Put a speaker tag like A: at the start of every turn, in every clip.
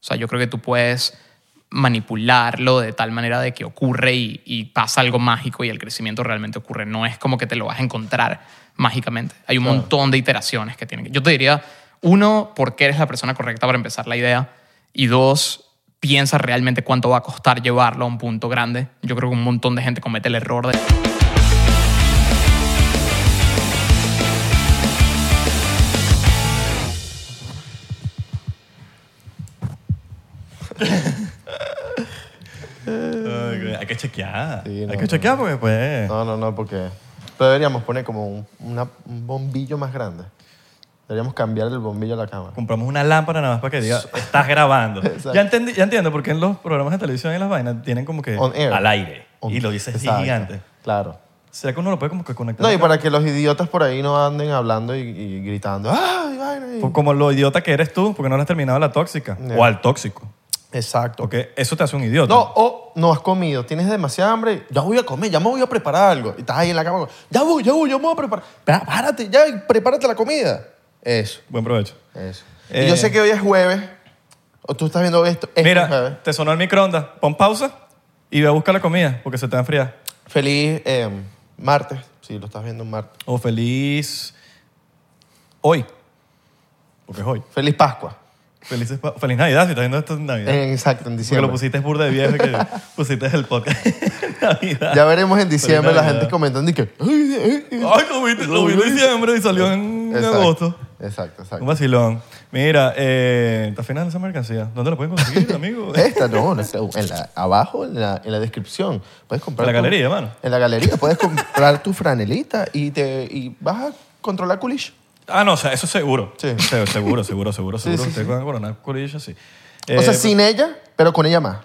A: O sea, yo creo que tú puedes manipularlo de tal manera de que ocurre y, y pasa algo mágico y el crecimiento realmente ocurre. No es como que te lo vas a encontrar mágicamente. Hay un montón de iteraciones que tienen. que- Yo te diría, uno, porque eres la persona correcta para empezar la idea. Y dos, piensa realmente cuánto va a costar llevarlo a un punto grande. Yo creo que un montón de gente comete el error de...
B: Ay, güey, Hay que chequear.
C: Mm. Sí, no,
B: hay que
C: no.
B: chequear porque pues...
C: No, no, no, porque deberíamos poner como un, una- un bombillo más grande. Deberíamos cambiar el bombillo a la cámara.
B: Compramos una lámpara nada más para que diga, estás grabando.
C: Exacto.
B: ya, entendí- ya entiendo por qué en los programas de televisión y las vainas tienen como que
C: On air.
B: al aire.
C: O-
B: y lo dices
C: Exacto,
B: gigante.
C: Claro.
B: ¿Será que uno lo puede como que conectar?
C: No, y
B: acá?
C: para que los idiotas por ahí no anden hablando y, y gritando. ¡Ay, vaina! y-".
B: Pues Como lo idiota que eres tú, porque no lo has terminado la tóxica. O al tóxico.
C: Exacto.
B: Porque eso te hace un idiota.
C: No, o no has comido, tienes demasiada hambre, ya voy a comer, ya me voy a preparar algo. Y estás ahí en la cama, ya voy, ya voy, yo me voy a preparar. Pa- Párate, ya, y prepárate la comida. Eso,
B: Buen provecho.
C: eso.
B: Eh.
C: Y yo sé que hoy es jueves, o tú estás viendo esto, este jueves.
B: Mira, te sonó el microondas. Pon pausa y ve a buscar la comida, porque se te va a enfriar.
C: Feliz eh, martes, si lo estás viendo en martes.
B: O feliz hoy. Porque es hoy.
C: Feliz Pascua.
B: Feliz, feliz Navidad, si estás viendo esto en Navidad.
C: En- exacto,
B: Porque
C: en
B: lo
C: diciembre.
B: pusiste es burda de viejo que pusiste el podcast en Navidad.
C: Ya veremos en diciembre la
B: Navidad.
C: gente comentando y que... "Ay, ay, ay".
B: Ay, lo vi, lo vi en diciembre y salió en
C: Exacto,
B: agosto.
C: Exacto,
B: Un
C: exacto.
B: vacilón. Mira, eh, está final esa mercancía. ¿Dónde la pueden conseguir, amigo?
C: Esta no, no sé, en la- abajo en la, en la descripción. Puedes comprar.
B: En la
C: tu-
B: galería, hermano.
C: En la galería puedes comprar tu franelita y, te, y vas a controlar culish.
B: Ah, no, o sea, eso seguro.
C: Sí.
B: Se- Seguro, seguro, seguro, seguro.
C: sí,
B: Ustedes van a coronar curillo, sí.
C: o sea,
B: Eh,
C: sin ella, pero con ella más.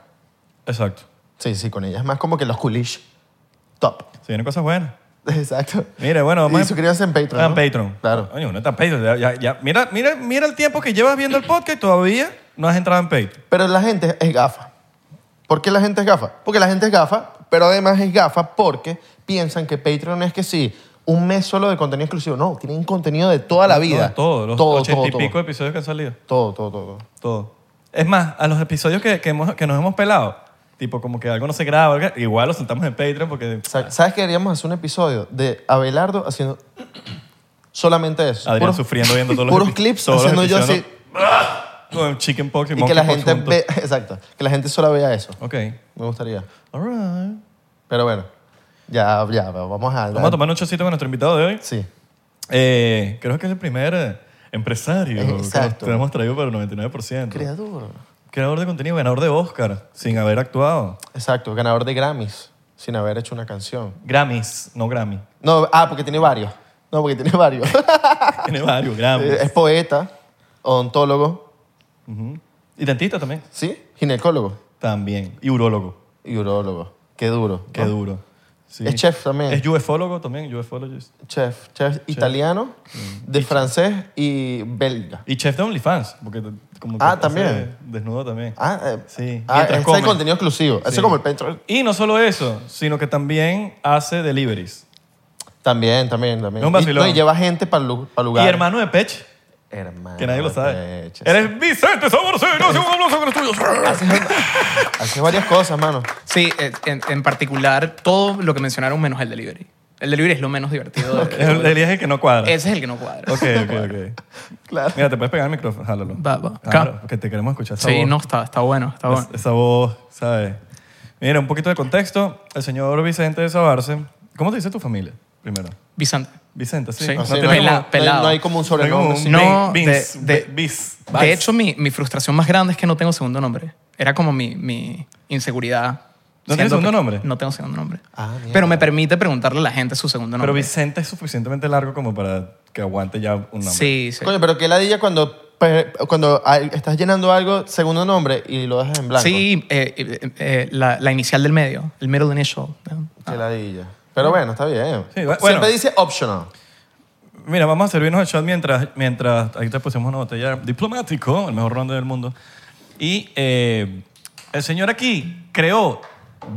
B: Exacto.
C: Sí, sí, con ella. Es más como que los culish top.
B: Se vienen cosas buenas.
C: Exacto.
B: Mira, bueno,
C: Y suscríbanse en Patreon.
B: Ah,
C: ¿no?
B: En Patreon.
C: Claro.
B: Coño, no está en Patreon. Ya, ya, ya. Mira, mira, mira el tiempo que llevas viendo el podcast y todavía no has entrado en Patreon.
C: Pero la gente es gafa. ¿Por qué la gente es gafa? Porque la gente es gafa, pero además es gafa porque piensan que Patreon es que sí, un mes solo de contenido exclusivo. No, tienen contenido de toda la vida.
B: No, Todos los
C: todo,
B: ochenta
C: todo,
B: y
C: todo.
B: pico episodios que han salido.
C: Todo, todo, todo.
B: Todo. Es más, a los episodios que, que, hemos- que nos hemos pelado, tipo como que algo no se graba, algo- igual lo soltamos en Patreon porque...
C: Sa- ¿Sabes que deberíamos hacer un episodio de Abelardo haciendo solamente eso?
B: Adrián sufriendo viendo todos los
C: puros
B: epi-
C: clips
B: todos los
C: haciendo yo así
B: episodios, ¡Ah! Con chicken pox y,
C: y que la
B: monkeypox
C: gente
B: juntos.
C: ve, exacto, que la gente solo vea eso.
B: Ok.
C: Me gustaría.
B: All right.
C: Pero bueno, ya, ya, vamos a...
B: Vamos a tomar un chocito con nuestro invitado de hoy.
C: Sí.
B: Eh, creo que es el primer eh, empresario que nos-
C: Exacto.
B: que hemos traído para el 99%.
C: Creador.
B: Creador de contenido, ganador de Oscar, sin haber actuado.
C: Exacto, ganador de Grammys sin haber hecho una canción.
B: Grammys, no Grammy.
C: No, ah, porque tiene varios. No, porque tiene varios. Eh,
B: Tiene varios Grammys.
C: es poeta, odontólogo,
B: Ujú. Y dentista también.
C: ¿sí? Ginecólogo
B: También. Y urólogo.
C: y urologo. Qué duro.
B: Qué
A: Ah.
C: ¿no?
B: duro. Sí.
C: Es chef también.
B: Es ufólogo también, ufologist.
C: Chef, chef, italiano,
B: Mm.
C: de francés y belga.
B: Y chef de OnlyFans, porque t- como que
C: Ah,
B: hace
C: también.
B: Desnudo también.
C: Ah, eh,
B: Sí.
C: ah,
B: Mientras
C: ese
B: come.
C: es contenido exclusivo. Eso
B: Sí.
C: es como el Patreon.
B: Y no solo eso, sino que también hace deliveries.
C: También, también, también.
B: Es un
C: Y-
B: vacilón.
C: no, Y, lleva gente para lugar.
B: Y hermano de Pech,
C: Hermano.
B: que nadie lo sabe.
C: Ah, de Pech.
B: Eres Vicente Saborceno, hace un aplauso con los tuyos.
C: Hace varias cosas, mano.
A: Sí, eh, en, en particular, todo lo que mencionaron menos el delivery. El delivery es lo menos divertido. de-
B: Es el eje que no cuadra.
A: Ese es el que no cuadra.
B: Ok, ok, ok.
C: Claro.
B: Mira, te puedes pegar el micrófono, jálalo.
A: Va, va.
B: Claro, porque te queremos escuchar esa
A: Sí,
B: voz.
A: no, está, está bueno, está
B: Es-
A: Ah, bueno.
B: Esa voz, ¿sabes? Mira, un poquito de contexto. El señor Vicente de Sabarce. ¿Cómo te dice tu familia? Primero.
A: Vicente.
B: Vicente, sí.
A: Sí.
B: No
A: O
C: Sí,
B: te-
A: sea,
C: hay
A: pela-
C: como- no hay-
A: pelado.
C: no hay como un
B: no hay como
C: sobrenombre.
B: un
C: sí.
A: No,
B: Vin- Vince,
A: de-
B: Ve-
A: de-
B: Vince, Vice.
A: De hecho, mi, mi frustración más grande es que no tengo segundo nombre. Era como mi, mi inseguridad siendo
B: ¿No tiene segundo
A: que-
B: nombre?
A: No tengo segundo nombre.
C: Ah, mierda.
A: Pero me permite preguntarle a la gente su segundo nombre.
B: Pero Vicente es suficientemente largo como para que aguante ya un nombre.
A: Sí, sí.
C: Coño, pero qué ladilla cuando, pe- cuando al- estás llenando algo, segundo nombre, y lo dejas en blanco.
A: Sí, eh, eh, eh, la, la inicial del medio, el middle initial. ¿no?
C: Qué ladilla. Pero bueno, está bien.
B: Sí, bueno.
C: Siempre dice optional.
B: Mira, vamos a servirnos el shot mientras, mientras ahí te pusimos una botella diplomático, el mejor ronda del mundo. Y eh, el señor aquí creó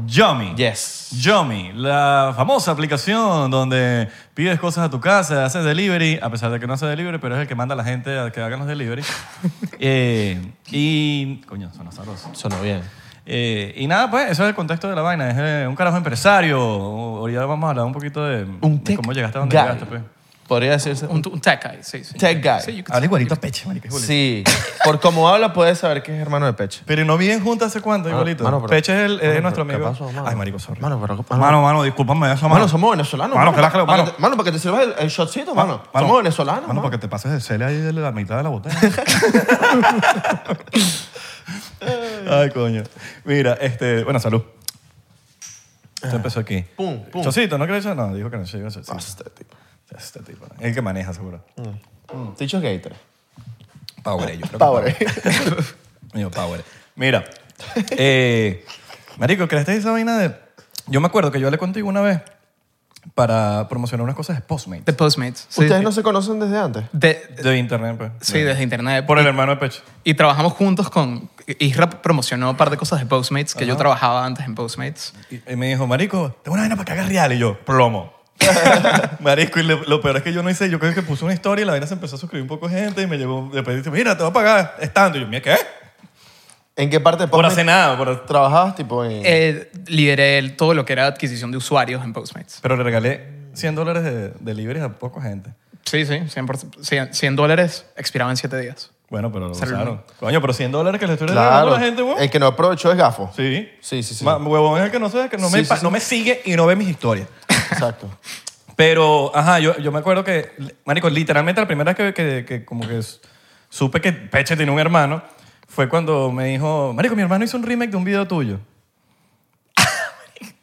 B: Yummy.
C: Yes.
B: Yomi, la famosa aplicación donde pides cosas a tu casa, haces delivery, a pesar de que no hace delivery, pero es el que manda a la gente a que hagan los delivery. Eh, y. Coño, son azarosos.
C: Sonó bien.
B: Eh, y nada, pues, eso es el contexto de la vaina. Es eh, un carajo empresario. O- Ahorita vamos a hablar un poquito de,
C: Un
B: de
C: tech
B: cómo llegaste a donde
C: guy.
B: llegaste, pues.
C: Podría decirse.
A: Un, un tech guy, sí, sí.
C: Tech guy.
A: Sí, you could-
B: Habla igualito a Peche, marica, es igualito.
C: Sí. Por cómo habla, puedes saber que es hermano de Peche.
B: Pero no viven juntos hace cuánto,
C: Ah,
B: igualito.
C: mano, pero-
B: Peche es, el- es
C: mano,
B: nuestro
C: pero
B: amigo.
C: ¿qué pasó, mano?
B: Ay, marico, sorry.
C: Mano, pero-
B: mano, mano, discúlpame eso,
C: Mano, somos venezolanos.
B: Mano, que la-
C: para,
B: mano.
C: que te- mano, para que te sirvas el, el shotcito, mano. Somos venezolanos.
B: Mano,
C: mano.
B: para que te pases de cele ahí de la mitad de la botella. Ay, coño. Mira, este, bueno, salud. Esto empezó aquí.
C: Ah. Pum, pum.
B: Chocito, ¿no crees eso? No, dijo que no se iba a hacer.
C: Ah, este tipo. Mm.
B: Este tipo. ¿no? El que maneja, seguro.
C: Dicho Gator.
B: Power, yo creo. que
C: Power.
B: Mío, Power. Mira, eh, Marico, ¿creaste esa vaina de.? Yo me acuerdo que yo hablé contigo una vez para promocionar unas cosas de
A: De
B: Postmates.
A: Postmates. sí.
C: Ustedes no se conocen desde antes.
A: De-
B: De internet, pues.
A: sí, desde internet.
B: Por el
A: Y-
B: hermano de Peche.
A: Y trabajamos juntos con... Isra promocionó un par de cosas de Postmates que yo trabajaba antes en Postmates.
B: Y, y me dijo, Marico, tengo una vaina para que hagas real. Y yo, plomo. Marico, y le- lo peor es que yo no hice, yo creo que puse una historia y la vaina se empezó a suscribir un poco de gente y me llegó, después dice, mira, te voy a pagar estando. Y yo, mira, ¿qué?
C: ¿En qué parte de
B: Por
C: Postmates
B: hacer nada. por-
C: trabajabas? Tipo en...
A: Eh, lideré el- todo lo que era adquisición de usuarios en Postmates.
B: Pero le regalé 100 dólares de, de libres a poca gente.
A: Sí, sí, 100%, 100, 100 dólares expiraba en 7 días.
B: Bueno, pero lo
A: Se
B: usaron. Coño, pero 100 dólares que le estoy regalando
C: claro.
B: a la gente, weón.
C: el que no aprovechó es gafo.
B: Sí.
C: Sí, sí, sí.
B: Ma- huevón es el que no, sé, que no,
C: Sí,
B: me,
C: sí,
B: pa-
C: sí.
B: no me sigue y no ve mis historias.
C: Exacto.
B: Pero, ajá, yo, yo me acuerdo que, marico, literalmente la primera vez que, que, que como que s- supe que Peche tiene un hermano fue cuando me dijo, marico, mi hermano hizo un remake de un video tuyo.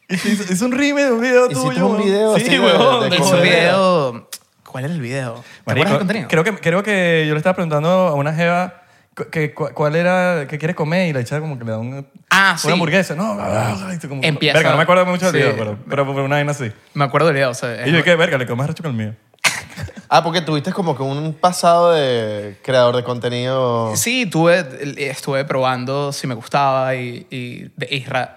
B: hizo, hizo un remake de un video
C: Hiciste
B: tuyo.
C: un
B: weón.
C: video así
B: Sí,
C: de-
B: weón.
C: de
B: del
C: Como
A: Hizo un
C: era.
B: video.
A: video... ¿Cuál era el video? ¿Te acuerdas
B: Marico,
A: del contenido?
B: Creo que, creo que yo le estaba preguntando a una jeva cu- que, cu- cuál era, qué quiere comer y la echaba como que le da un-
A: Ah,
B: una
A: sí.
B: hamburguesa. No, ah, como,
A: Empieza-
B: Verga, no me acuerdo mucho del
A: sí.
B: video, pero, pero fue una vaina así.
A: Me acuerdo del video, o sea...
B: Y yo dije, verga, le quedó más recho que el mío.
C: Ah, porque tuviste como que un pasado de creador de contenido.
A: Sí, tuve, estuve probando si me gustaba y, y de Isra...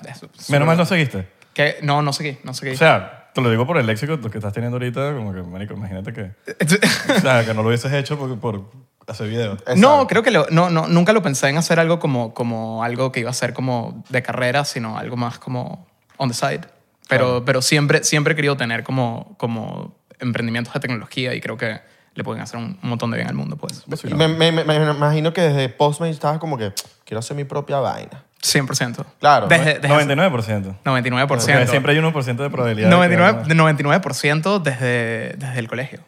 B: Menos mal no seguiste.
A: Que, no, no sé qué, no sé qué.
B: O sea, te lo digo por el léxico que estás teniendo ahorita, como que, marico, imagínate que, o sea, que no lo hubieses hecho por, por hacer video.
A: No, creo que lo- no, no, nunca lo pensé en hacer algo como, como algo que iba a ser como de carrera, sino algo más como on the side. Pero, pero siempre, siempre he querido tener como, como emprendimientos de tecnología y creo que le pueden hacer un, un montón de bien al mundo, pues.
C: Y Me, me- me- me imagino que desde Postmates estabas como que quiero hacer mi propia vaina.
A: 100%.
C: Claro,
A: Desde- desde hace-
B: 99%.
A: 99%.
B: Siempre hay un 1% de probabilidad. de que
A: 99,
B: hagas.
A: 99% desde, desde el colegio.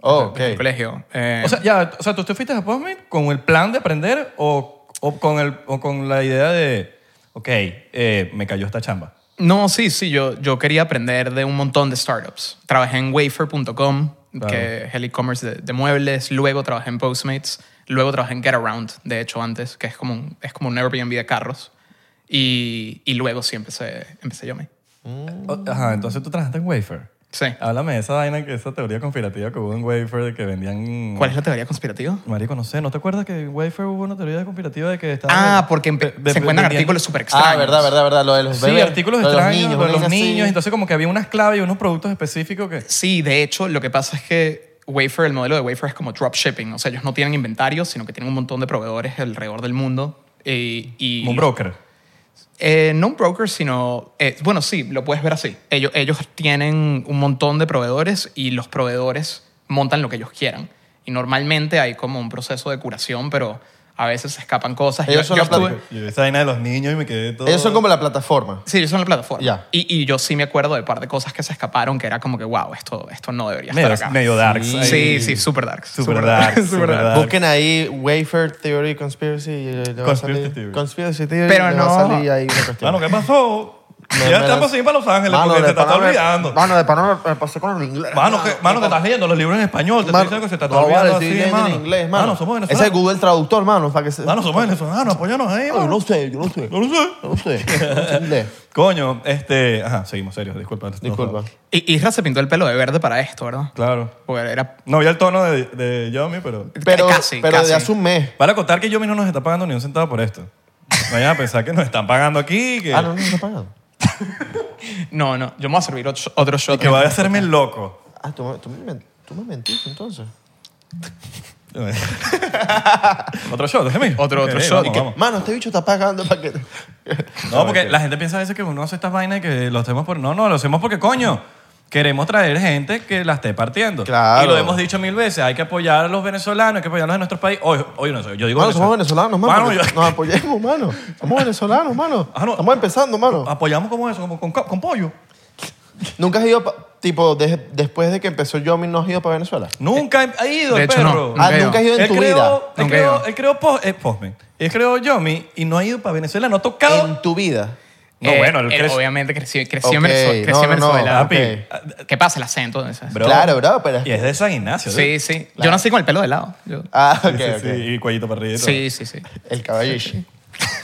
C: Oh,
A: Desde el
C: ok.
A: colegio. Eh,
B: O sea, ya, o sea, ¿tú te fuiste a Postmate con el plan de aprender o, o con, el, o con la idea de, ok, eh, me cayó esta chamba?
A: No, sí, sí, yo, yo quería aprender de un montón de startups. Trabajé en wafer.com,
B: Claro.
A: que es el e-commerce de, de muebles, luego trabajé en Postmates, luego trabajé en GetAround, de hecho, antes, que es como un, es como un Airbnb de carros, y, y luego sí empecé, empecé Yomi.
B: O- Ajá, entonces tú trabajaste en Wafer.
A: Sí.
B: Háblame de esa vaina, que esa teoría conspirativa que hubo en Wafer de que vendían...
A: ¿Cuál es la teoría conspirativa?
B: Marico, no sé, ¿no te acuerdas que en Wafer hubo una teoría conspirativa de que estaban...
A: Ah, porque empe-
B: de- de-
A: se encuentran
B: vendían-
A: artículos súper extraños.
C: Ah, verdad, verdad, verdad. Lo de los
B: Sí,
C: bebés.
B: artículos
C: lo de
B: extraños,
C: los niños.
B: lo de
C: una
B: los
C: vaina así.
B: niños. Entonces como que había unas claves y unos productos específicos que...
A: Sí, de hecho, lo que pasa es que Wafer, el modelo de Wafer es como dropshipping. O sea, ellos no tienen inventario, sino que tienen un montón de proveedores alrededor del mundo. Y, y
B: Como un broker.
A: Eh, no un broker, sino, eh, bueno, sí, lo puedes ver así. Ellos, ellos tienen un montón de proveedores y los proveedores montan lo que ellos quieran. Y normalmente hay como un proceso de curación, pero a veces se escapan cosas.
C: Ellos son la
A: estuve-
C: plata-
B: Yo vi esa vaina de los niños y me quedé todo...
C: Ellos son como la plataforma.
A: Sí, ellos son la plataforma.
C: Ya.
A: Y, y yo sí me acuerdo de par de cosas que se escaparon que era como que, wow, esto, esto no debería
B: Medio,
A: estar acá.
B: medio darks.
C: Sí.
B: ahí.
A: Sí, sí, super dark.
B: Super dark, super dark.
C: Busquen ahí Wafer Theory Conspiracy. y le va a
B: Conspiracy
C: salir-
B: theory.
C: Conspiracy Theory.
A: Pero
C: le va a
A: no.
C: salir ahí una cuestión.
B: Mano, ¿qué pasó?
C: me-
B: ya
C: me
B: estamos
C: las-
B: sin para Los Ángeles
C: Mano,
B: porque
C: de
B: te estás
C: pana me-
B: olvidando.
C: Mano, de pana me- me pasé con el inglés.
B: Mano, que, mano, que estás leyendo los libros en español. Te
C: Mano,
B: estoy diciendo que se te está
C: no, vale,
B: olvidando
C: estoy
B: así,
C: leyendo
B: mano.
C: en inglés, mano.
B: Mano, somos
C: Ese es
B: venezolanos.
C: Google Traductor, mano, para que se...
B: Mano, somos venezolanos. Apóyanos ahí,
C: Yo
B: mano.
C: no sé, yo no sé.
B: No lo sé.
C: Yo no sé. yo no sé inglés.
B: Coño, este... Ajá, seguimos, serio. Disculpa.
C: Disculpa.
A: Y Isra se pintó el pelo de verde para esto, ¿verdad?
B: Claro.
A: Porque era
B: No, ya el tono de, de Yomi, pero...
C: Pero,
A: casi,
C: pero
A: casi.
C: de hace un mes.
B: Para contar que Yomi no nos está pagando ni un centavo por esto. Vayan a pensar que nos están pagando aquí, que,
C: Ah, no, no, no pagado.
A: No, no, yo me voy a servir otro, otro shot.
B: que vaya a hacerme el loco.
C: Ah, tú, me- tú, me, men- tú me mentiste entonces.
B: otro shot, déjeme.
A: Otro- otro shot. ¿Y
B: Vamos,
A: qué?
B: vamos.
C: Mano, este bicho está pagando para que...
B: No, porque la gente piensa a veces que uno hace estas vainas y que lo hacemos por... No, no, lo hacemos porque, coño, queremos traer gente que la esté partiendo.
C: Claro.
B: Y lo hemos dicho mil veces, hay que apoyar a los venezolanos, hay que apoyarlos en nuestros países. Oye, oye, no, yo digo
C: Mano, somos
B: venezolano.
C: venezolanos, mano.
B: Mano,
C: porque
B: yo-
C: Nos apoyemos, mano. Somos venezolanos, mano.
B: Ah, no. Ah.
C: Estamos empezando, mano.
B: Apoyamos como eso, como con, co- con pollo.
C: ¿Nunca has ido, pa- tipo, de- después de que empezó Yomi, no has ido para Venezuela?
B: Nunca he- ha ido
A: De
B: el
A: hecho, no.
B: perro.
A: Nunca
C: ah,
A: he
C: nunca has
A: ido.
C: ido en
B: Él
C: tu
B: creó,
C: vida.
B: Él
A: Nunca he
B: creó,
A: ido.
B: él creó pos- eh, Postman. Él creó Yomi y no ha ido para Venezuela, no ha tocado.
C: En tu vida.
B: No,
A: Eh,
B: bueno, él
A: él
B: creció-
A: obviamente creció, creció
C: Ok,
A: en Venezuela. creció en
C: no, no, no.
A: Venezuela.
B: Papi,
C: ok.
B: ah, ah,
A: ¿Qué pasa el acento? ¿sabes?
B: bro.
C: Claro, bro, pero...
B: Y es de San Ignacio.
A: Sí,
B: dude.
A: sí. Yo nací con el pelo de lado. Yo-
C: Ah, ok,
B: Sí, sí,
C: ok.
B: sí, y cuellito para arriba. y todo.
A: sí, sí, sí.
C: El caballishi.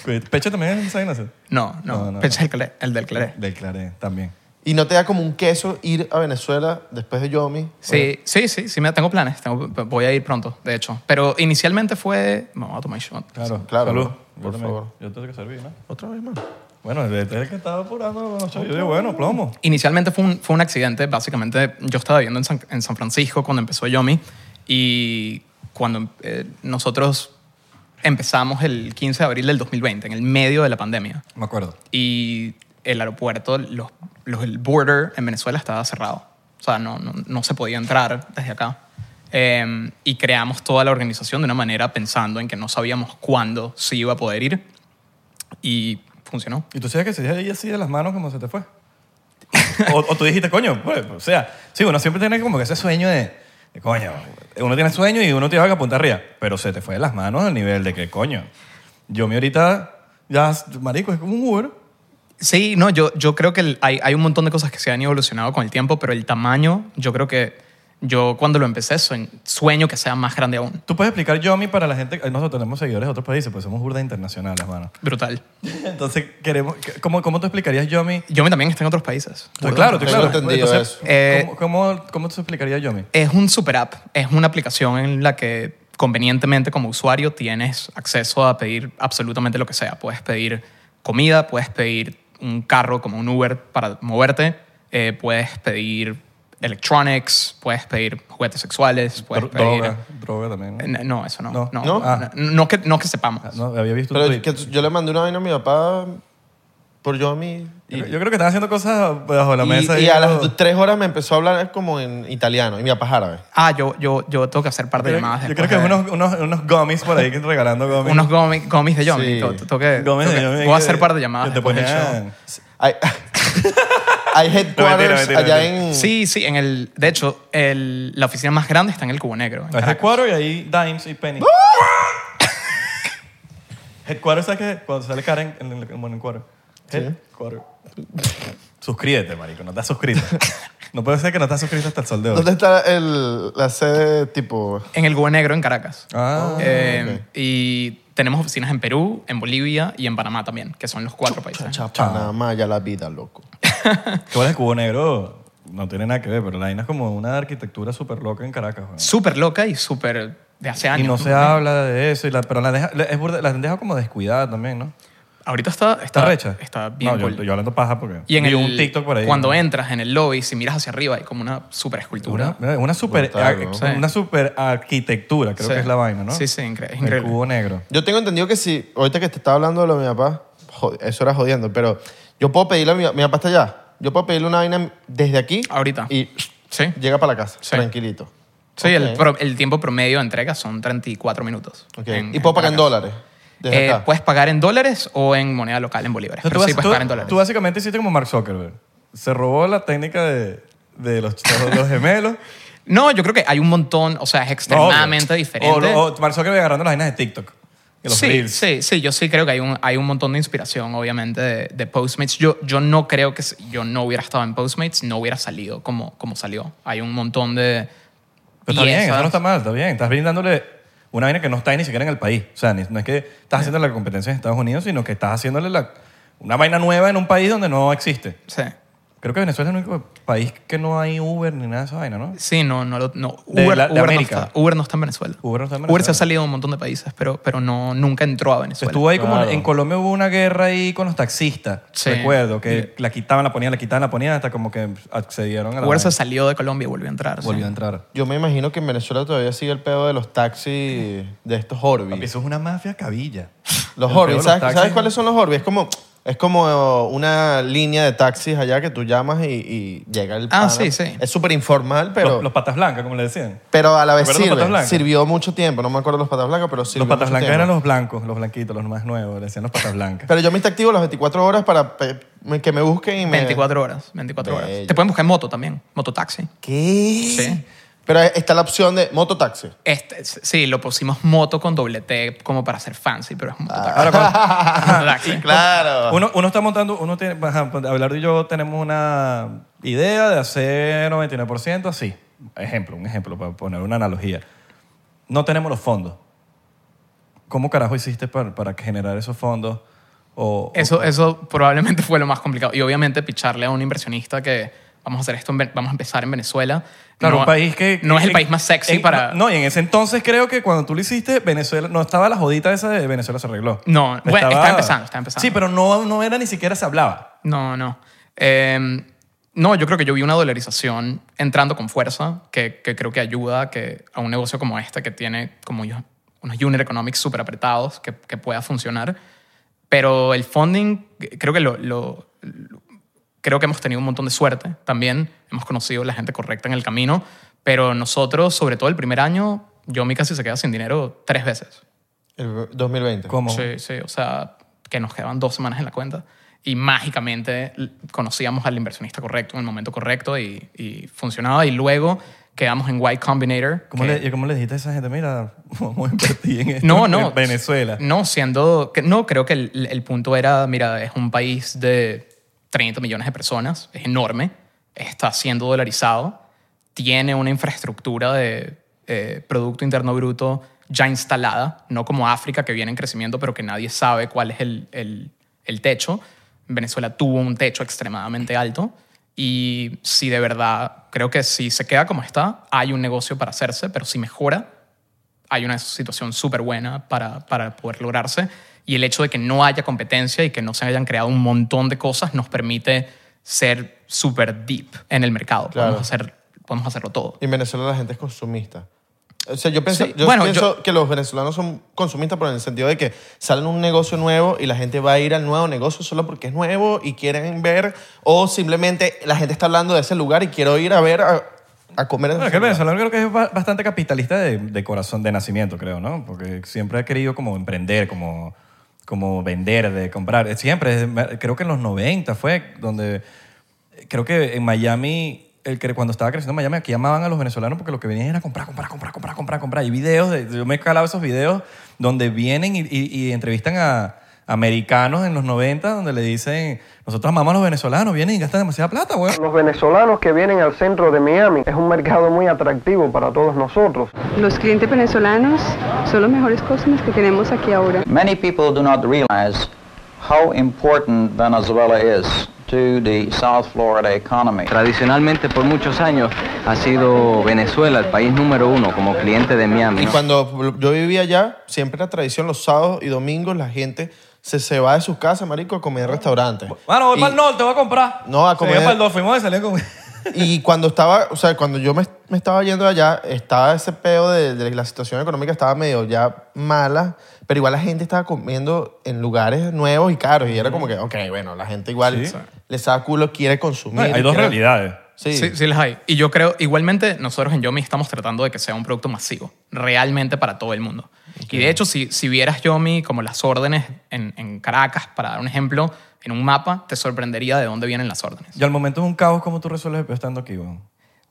B: Cuellito- Pecho también es de San Ignacio.
A: No, no.
B: No, no,
A: Pensé el, clé- el del Cleré.
B: Del Claré también.
C: ¿Y no te da como un queso ir a Venezuela después de Yomi?
A: Sí, sí, sí, sí, me tengo planes. Tengo- voy a ir pronto, de hecho. Pero inicialmente fue. Me voy a tomar shot.
B: Claro,
C: claro,
B: Salud.
C: por
B: Yo también.
C: favor.
B: Yo tengo que servir, ¿no?
C: Otra vez, mano.
B: Bueno, el el que estaba apurando, no sé, yo digo, bueno, plomo.
A: Inicialmente fue un, fue un accidente, básicamente yo estaba viviendo en San, en San Francisco cuando empezó Yomi y cuando eh, nosotros empezamos el 15 de abril del 2020, en el medio de la pandemia,
B: Me acuerdo.
A: y el aeropuerto, los, los- el border en Venezuela estaba cerrado, o sea, no, no, no se podía entrar desde acá. Eh, y creamos toda la organización de una manera pensando en que no sabíamos cuándo se iba a poder ir y funcionó.
B: ¿Y tú sabes que se dije ahí así de las manos como se te fue? o, o tú dijiste, coño, pues, o sea, sí, uno siempre tiene como que ese sueño de, de, coño, uno tiene sueño y uno te va a apuntar arriba, pero se te fue de las manos al nivel de que, coño, yo me ahorita, ya, marico, es como un Uber.
A: Sí, no, yo, yo creo que el- hay, hay un montón de cosas que se han evolucionado con el tiempo, pero el tamaño, yo creo que yo cuando lo empecé sueño, sueño que sea más grande aún.
B: Tú puedes explicar Yomi para la gente, eh, nosotros tenemos seguidores de otros países, pues somos burda internacionales, mano.
A: Brutal.
B: Entonces, queremos, ¿cómo, cómo tú explicarías Yomi?
A: Yomi también está en otros países.
B: Pues, claro,
C: tengo
B: claro.
C: entendido
B: Entonces,
C: eso.
A: Eh,
B: ¿cómo, cómo, ¿Cómo tú explicarías Yomi?
A: Es un super app, es una aplicación en la que convenientemente como usuario tienes acceso a pedir absolutamente lo que sea. Puedes pedir comida, puedes pedir un carro como un Uber para moverte, eh, puedes pedir electronics, puedes pedir juguetes sexuales,
C: pues,
A: puedes
B: Dro-
A: pedir...
B: Droga, droga también. ¿no?
A: Eh, No, eso no.
B: No.
A: No, no,
B: ¿No? Ah.
A: no que, no que sepamos.
B: Ah, No, había visto un
C: Pero
B: tweet.
C: que yo le mandé una vaina a mi papá por Yomi.
B: Yo
C: Y,
B: creo- yo creo que están haciendo cosas bajo la
C: y-
B: mesa.
C: y
B: ahí,
C: a
B: ¿no?
C: las tres horas me empezó a hablar como en italiano. Y mi papá es árabe.
A: Ah, yo, yo, yo tengo que hacer parte de
B: Yo,
A: llamadas.
B: yo creo
A: después
B: que es
A: de-
B: unos, unos, unos gummies por ahí que están regalando gummies.
A: unos gomis, gomis de Yomi.
C: Sí.
A: Tengo- tengo que-
B: gummies
A: tengo
B: de
A: que-
B: Yomi
A: voy a
B: que-
A: hacer parte de
B: que
A: llamadas.
B: te
A: después del
B: ponían-
C: Hay, hay headquarters
B: No, mentira, mentira,
C: allá
B: mentira.
A: show.
C: en...
A: Sí, sí. En el, de hecho, el- la oficina más grande está en el Cubo Negro. en
B: Hay
A: Caracas.
B: headquarter y ahí dimes y penny. headquarter, ¿sabes qué? Cuando sale Karen en el, en el cuadro. Headquarter. Suscríbete, marico. No estás suscrito. no puede ser que no estás suscrito hasta el sol de hoy.
C: ¿Dónde está el, la sede tipo...?
A: En el Cubo Negro, en Caracas.
B: Ah.
A: Eh, Y tenemos oficinas en Perú, en Bolivia y en Panamá también, que son los cuatro países.
C: Panamá, ya la vida, loco.
B: ¿Qué bola el cubo negro? No tiene nada que ver, pero la vaina es como una arquitectura súper loca en Caracas. weón.
A: Súper loca y súper de hace años.
B: Y no se habla de eso, y la- pero la, deja, la- es burda- la han dejado como descuidada también, ¿no?
A: Ahorita está, está,
B: ¿Está recha?
A: Está bien
B: No, yo-
A: cool.
B: yo, hablando paja porque
A: Y en
B: vi
A: el,
B: un TikTok por ahí.
A: Cuando entras en el lobby, si miras hacia arriba, hay como una super escultura.
B: Una, una super,
C: Brutal,
B: ar-
A: ¿no?
B: una super arquitectura, creo
A: Sí.
B: que es la vaina, ¿no?
A: Sí, sí, incre- es
B: El
A: increíble.
B: cubo negro.
C: Yo tengo entendido que si, ahorita que te estaba hablando de lo de mi papá, jo- eso era jodiendo, pero yo puedo pedirle a mi, mi papá está allá. Yo puedo pedirle una vaina desde aquí.
A: Ahorita.
C: Y
A: Sí.
C: llega para la casa,
A: Sí.
C: tranquilito.
A: Sí, el,
C: Ok.
A: pro- el tiempo promedio de entrega son 34 minutos.
C: Ok.
A: en-
C: y puedo pagar en
A: Caracas.
C: dólares. Desde
A: Eh,
C: acá.
A: puedes pagar en dólares o en moneda local, en bolívares.
B: O sea,
A: pero sí
B: bas-
A: puedes pagar en dólares.
B: tú básicamente hiciste como Mark Zuckerberg. Se robó la técnica de, de los, de los gemelos.
A: no, yo creo que hay un montón, o sea, es
B: No, obvio.
A: extremadamente diferente.
B: O, o Mark Zuckerberg agarrando las vainas de TikTok. que los
A: sí,
B: reels.
A: Sí, sí, yo sí creo que hay un, hay un montón de inspiración, obviamente, de, de Postmates. Yo, yo no creo que si yo no hubiera estado en Postmates, no hubiera salido como, como salió. Hay un montón de.
B: Pero está bien,
A: piezas.
B: eso no está mal, está bien. Estás brindándole una vaina que no está ni siquiera en el país. O sea, ni- no es que estás haciendo la competencia en Estados Unidos, sino que estás haciéndole la- una vaina nueva en un país donde no existe.
A: Sí.
B: Creo que Venezuela es el único país que no hay Uber ni nada de esa vaina, ¿no?
A: Sí, no, no, lo- no.
B: De
A: Uber,
B: la- de
A: Uber no
B: América.
A: está, Uber no está en Venezuela.
B: Uber no está en
A: Uber se
B: Venezuela.
A: ha salido a un montón de países, pero, pero no, nunca entró a Venezuela.
B: Estuvo ahí como
C: Claro.
B: en Colombia hubo una guerra ahí con los taxistas.
A: Sí.
B: Recuerdo que la quitaban, la ponían, la quitaban, la ponían hasta como que accedieron a la
A: Uber se
B: vaina.
A: salió de Colombia y volvió a entrar. sí.
B: volvió a entrar.
C: Yo me imagino que en Venezuela todavía sigue el pedo de los taxis, de estos Horby.
B: Papi, eso es una mafia cabilla.
C: Los
B: El
C: Horby,
B: peor de los
C: ¿sabes,
B: taxis.
C: ¿sabes cuáles son los Horby? Es como, es como eh, una línea de taxis allá que tú llamas y, y llega el pana.
A: Ah, sí, sí.
C: Es súper informal, pero,
B: los, los patas blancas, como le decían.
C: pero a la vez
B: ¿Te acuerdas los patas
C: sirve.
B: blancas?
C: Sirvió mucho tiempo. No me acuerdo los patas blancas, pero sirvió
B: los patas
C: mucho
B: blancas
C: tiempo.
B: eran los blancos, los blanquitos, los más nuevos, le decían los patas blancas.
C: Pero yo me activo las 24 horas para pe- me- que me busquen y me...
A: 24 horas, 24
C: Bello.
A: horas. Te pueden buscar en moto también, mototaxi.
C: ¿Qué?
A: Sí.
C: Pero está la opción de mototaxi.
A: Este, sí, lo pusimos moto con doble T como para ser fancy, pero es mototaxi.
B: Ahora, cuando-
A: Mototaxi.
C: Ah, Claro.
B: uno, uno está montando, uno tiene, ajá, pues, Abelardo y yo tenemos una idea de hacer 99% así. Ejemplo, un ejemplo, para poner una analogía. No tenemos los fondos. ¿Cómo carajo hiciste para, para generar esos fondos? O, o-
A: Eso, eso probablemente fue lo más complicado. Y obviamente picharle a un inversionista que vamos a hacer esto, en Ven- vamos a empezar en Venezuela.
B: claro,
A: No-
B: un país que...
A: No es el
B: que-
A: país más sexy
B: en-
A: para...
B: No, y en ese entonces creo que cuando tú lo hiciste, Venezuela... No estaba la jodita esa de Venezuela se arregló.
A: No, bueno, está empezando, está empezando.
B: Sí, pero no, no era ni siquiera se hablaba.
A: No, no. Eh, no, yo creo que yo vi una dolarización entrando con fuerza, que, que creo que ayuda a que, a un negocio como este, que tiene como yo, unos unit economics súper apretados, que, que pueda funcionar. Pero el funding, creo que lo, lo- lo- creo que hemos tenido un montón de suerte también. Hemos conocido la gente correcta en el camino. Pero nosotros, sobre todo el primer año, yo mi casi se queda sin dinero tres veces.
C: El 2020.
B: Como,
A: Sí, sí, o sea, que nos quedaban dos semanas en la cuenta y mágicamente l- conocíamos al inversionista correcto en el momento correcto y, y funcionaba. Y luego quedamos en Y Combinator.
B: ¿Cómo
A: que-
B: le, ¿Cómo le dijiste a esa gente? Mira, vamos a invertir en esto
A: no,
B: en
A: no.
B: Venezuela.
A: No, siendo... que- No, creo que el, el punto era, mira, es un país de 30 millones de personas, es enorme, está siendo dolarizado, tiene una infraestructura de eh, Producto Interno Bruto ya instalada, no como África que viene en crecimiento pero que nadie sabe cuál es el, el- el techo. Venezuela tuvo un techo extremadamente alto y si de verdad, creo que si se queda como está, hay un negocio para hacerse, pero si mejora, hay una situación súper buena para, para poder lograrse y el hecho de que no haya competencia y que no se hayan creado un montón de cosas nos permite ser súper deep en el mercado.
C: Claro.
A: Podemos, hacer, podemos hacerlo todo.
C: Y en Venezuela la gente es consumista. O sea, yo, pienso-
A: Sí,
C: yo
A: bueno,
C: pienso que los venezolanos son consumistas, pero en el sentido de que salen un negocio nuevo y la gente va a ir al nuevo negocio solo porque es nuevo y quieren ver, o simplemente la gente está hablando de ese lugar y quiero ir a ver, a, a comer. en
B: Bueno,
C: ese
B: que el
C: lugar.
B: venezolano creo que es ba- bastante capitalista de, de corazón, de nacimiento, creo, ¿no? Porque siempre ha querido como emprender, como, como vender, de comprar. Eh, Siempre, desde ma- creo que en los 90 fue donde, eh, creo que en Miami, el, que- cuando estaba creciendo en Miami, aquí llamaban a los venezolanos porque lo que venían era comprar, comprar, comprar, comprar, comprar, comprar. Y videos, de- yo me he calado esos videos donde vienen y, y- y entrevistan a americanos en los 90 donde le dicen, nosotros amamos a los venezolanos, vienen y gastan demasiada plata, weón.
D: Los venezolanos que vienen al centro de Miami es un mercado muy atractivo para todos nosotros.
E: Los clientes venezolanos son los mejores customers que tenemos aquí ahora.
F: Many people do not realize how important Venezuela is to the South Florida economy.
G: Tradicionalmente por muchos años ha sido Venezuela el país número uno como cliente de Miami.
C: Y
G: ¿no?
C: cuando yo vivía allá, siempre era tradición los sábados y domingos la gente se, se va de sus casas, marico, a comer en restaurantes.
B: Mano, Ah, voy
C: Y-
B: para el norte, voy a comprar.
C: No, a comer.
B: Se para el norte, fuimos a salir con...
C: Y cuando estaba, o sea, cuando yo me, me estaba yendo de allá, estaba ese peo de, de la situación económica, estaba medio ya mala, pero igual la gente estaba comiendo en lugares nuevos y caros. Y era como que, ok, bueno, la gente igual
B: Sí.
C: le saca culo, quiere consumir.
B: Hay dos
C: quiere-
B: realidades.
C: Sí.
A: Sí, sí las hay. Y yo creo, igualmente, nosotros en Yomi estamos tratando de que sea un producto masivo, realmente para todo el mundo. Y de hecho, si, si vieras Yomi como las órdenes en, en Caracas, para dar un ejemplo, en un mapa, te sorprendería de dónde vienen las órdenes.
B: Y al momento es un caos como tú resuelves el peo estando aquí, weón.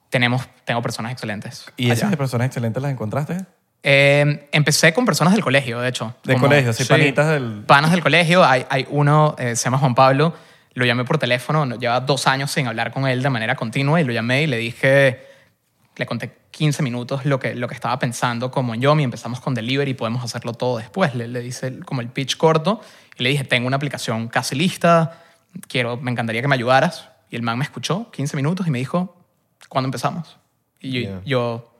A: Tenemos, tengo personas excelentes.
B: Y
A: allá.
B: esas personas excelentes las encontraste.
A: Eh, empecé con personas del colegio, de hecho.
B: Del colegio, sí, panitas del-
A: Panas del colegio. Hay, hay uno, eh, se llama Juan Pablo, lo llamé por teléfono, no- llevaba dos años sin hablar con él de manera continua y lo llamé y le dije, le conté 15 minutos lo que, lo que estaba pensando como en Yomi, empezamos con delivery, podemos hacerlo todo después. Le, le hice el- como el pitch corto y le dije, tengo una aplicación casi lista, quiero, me encantaría que me ayudaras. Y el man me escuchó 15 minutos y me dijo, ¿cuándo empezamos? Y yo, yo,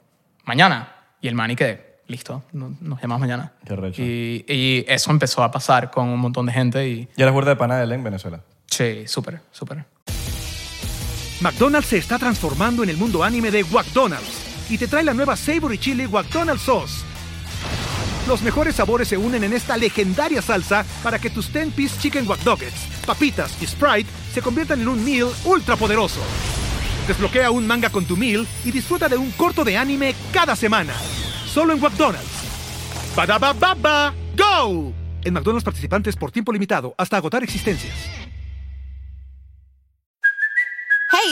A: mañana. Y el man y quedé, listo, no- nos llamamos mañana.
B: Qué recho.
A: Y, y eso empezó a pasar con un montón de gente y,
B: Ya eres guarda de pana de él en Venezuela.
A: sí, súper, súper.
H: McDonald's se está transformando en el mundo anime de McDonald's y te trae la nueva Savory Chili McDonald's Sauce. Los mejores sabores se unen en esta legendaria salsa para que tus 10-piece chicken wack doggets, papitas y Sprite se conviertan en un meal ultra poderoso. Desbloquea un manga con tu meal y disfruta de un corto de anime cada semana. Solo en McDonald's. ba ba go! En McDonald's participantes por tiempo limitado hasta agotar existencias.
I: Hey,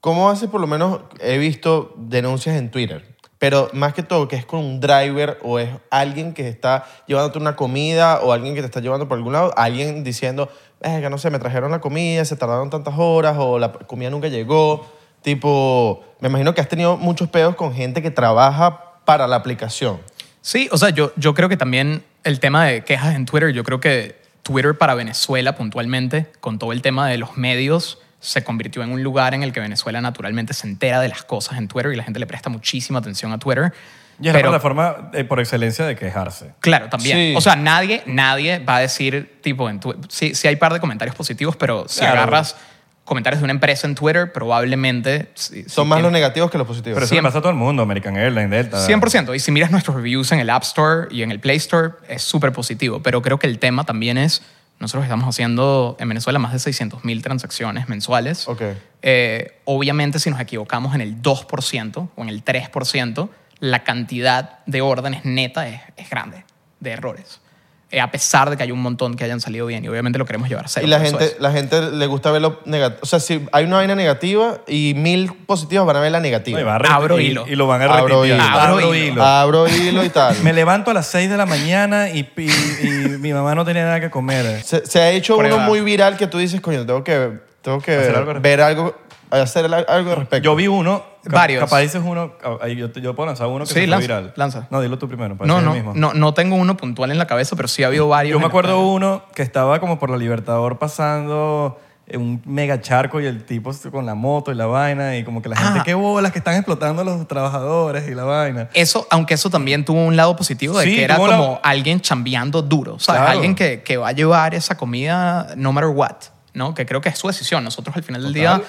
C: ¿Cómo haces? Por lo menos he visto denuncias en Twitter, pero más que todo que es con un driver o es alguien que está llevándote una comida o alguien que te está llevando por algún lado, alguien diciendo, es que no sé, me trajeron la comida, se tardaron tantas horas o la comida nunca llegó. Tipo, me imagino que has tenido muchos pedos con gente que trabaja para la aplicación.
A: Sí, o sea, yo, yo creo que también el tema de quejas en Twitter, yo creo que Twitter para Venezuela puntualmente, con todo el tema de los medios, se convirtió en un lugar en el que Venezuela naturalmente se entera de las cosas en Twitter y la gente le presta muchísima atención a Twitter.
B: Y
A: Pero-
B: es la plataforma eh, por excelencia de quejarse.
A: Claro, también.
C: Sí.
A: O sea, nadie, nadie va a decir, tipo, en tu- sí, sí hay par de comentarios positivos, pero si
B: Claro.
A: agarras comentarios de una empresa en Twitter, probablemente... sí- sí
C: Son más
A: tiene-
C: los negativos que los positivos.
B: Pero eso
A: Cien-
B: le pasa a todo el mundo, American Airlines, Delta.
C: Ah.
A: 100%. Y si miras nuestros reviews en el App Store y en el Play Store, es súper positivo. Pero creo que el tema también es, nosotros estamos haciendo en Venezuela más de 600 mil transacciones mensuales.
C: Ok.
A: Eh, obviamente, si nos equivocamos en el 2% o en el 3%, la cantidad de órdenes neta es, es grande, de errores. Eh, a pesar de que hay un montón que hayan salido bien y obviamente lo queremos llevar a cero.
C: Y la
A: por eso
C: gente,
A: es.
C: la gente le gusta ver lo negativo. O sea, si hay una vaina negativa y mil positivos van a ver la negativa.
B: No, y va a repetir-
A: Abro
B: y-
A: hilo.
B: Y lo van a
C: Abro
B: repetir.
C: hilo.
A: Abro hilo.
C: Abro hilo y tal.
B: Me levanto a las 6 de la mañana y, y- y mi mamá no tenía nada que comer.
C: Se, se ha hecho
A: Prueba.
C: uno muy viral que tú dices, coño, tengo que, tengo que
B: Hacer algo
C: ver,
B: al
C: algo
B: respecto.
C: ver algo, hacer al- algo al respecto.
B: Yo vi uno. cap-
A: Varios.
B: Capaz dices uno. ah, ahí Yo, te- yo puedo lanzar uno que
A: Sí,
B: se fue
A: lanza,
B: viral.
A: lanza.
B: No, dilo tú primero. para
A: No,
B: decir
A: no,
B: el mismo.
A: no, no tengo uno puntual en la cabeza, pero sí ha habido varios.
B: Yo me
A: en-
B: acuerdo uno que estaba como por la Libertador pasando en un mega charco y el tipo con la moto y la vaina y como que la gente,
A: Ah.
B: qué bolas que están explotando a los trabajadores y la vaina.
A: Eso, aunque eso también tuvo un lado positivo de
B: Sí,
A: que era
B: tuvo la-
A: como alguien chambeando duro, ¿sabes?
B: Claro.
A: Alguien que, que va a llevar esa comida no matter what, ¿no? Que creo que es su decisión. Nosotros al final del día,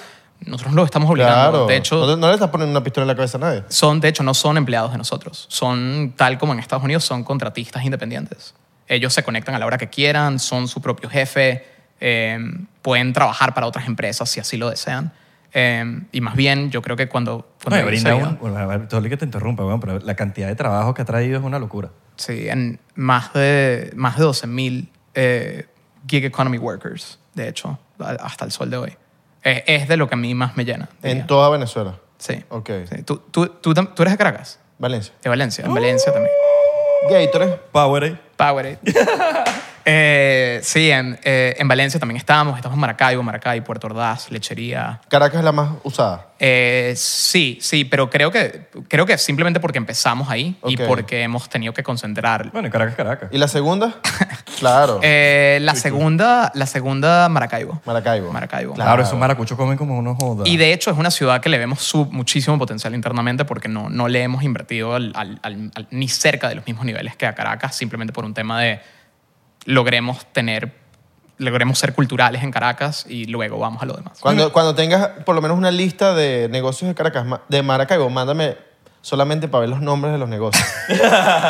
A: nosotros lo estamos obligando.
C: claro.
A: De hecho,
C: no, no le estás poniendo una pistola en la cabeza a nadie.
A: son, de hecho, no son empleados de nosotros. Son, tal como en Estados Unidos, son contratistas independientes. Ellos se conectan a la hora que quieran, son su propio jefe, eh, pueden trabajar para otras empresas si así lo desean. Eh, y más bien, yo creo que cuando... cuando
B: No, y brinda
A: se-
B: un, bueno, a ver, sorry que te interrumpa, weón, pero la cantidad de trabajo que ha traído es una locura.
A: Sí, en más de, más de 12.000 eh, gig economy workers, de hecho, a- hasta el sol de hoy. Eh, es de lo que a mí más me llena. diría.
C: En toda Venezuela.
A: Sí.
C: Ok.
A: Sí. ¿Tú, tú, tú, tam- tú eres de Caracas?
C: Valencia.
A: De Valencia. En Valencia también.
C: Gatorade.
B: Powerade.
A: Powerade. Eh, sí, en, eh, en Valencia también estamos. Estamos en Maracaibo, Maracay, Puerto Ordaz, Lechería.
C: Caracas es la más usada.
A: Eh, sí, sí, pero creo que, creo que simplemente porque empezamos ahí y
C: Ok.
A: porque hemos tenido que concentrar
B: Bueno, y Caracas, Caracas.
C: ¿Y la segunda? claro.
A: Eh, la segunda, la segunda Maracaibo.
C: Maracaibo.
A: Maracaibo.
B: Claro, esos maracuchos comen como unos jodas.
A: Y de hecho es una ciudad que le vemos su- muchísimo potencial internamente porque no, no le hemos invertido al- al- al- al- ni cerca de los mismos niveles que a Caracas, simplemente por un tema de logremos tener, logremos ser culturales en Caracas y luego vamos a lo demás.
C: Cuando, cuando tengas por lo menos una lista de negocios de Caracas, ma- de Maracaibo, mándame. O solamente para ver los nombres de los negocios.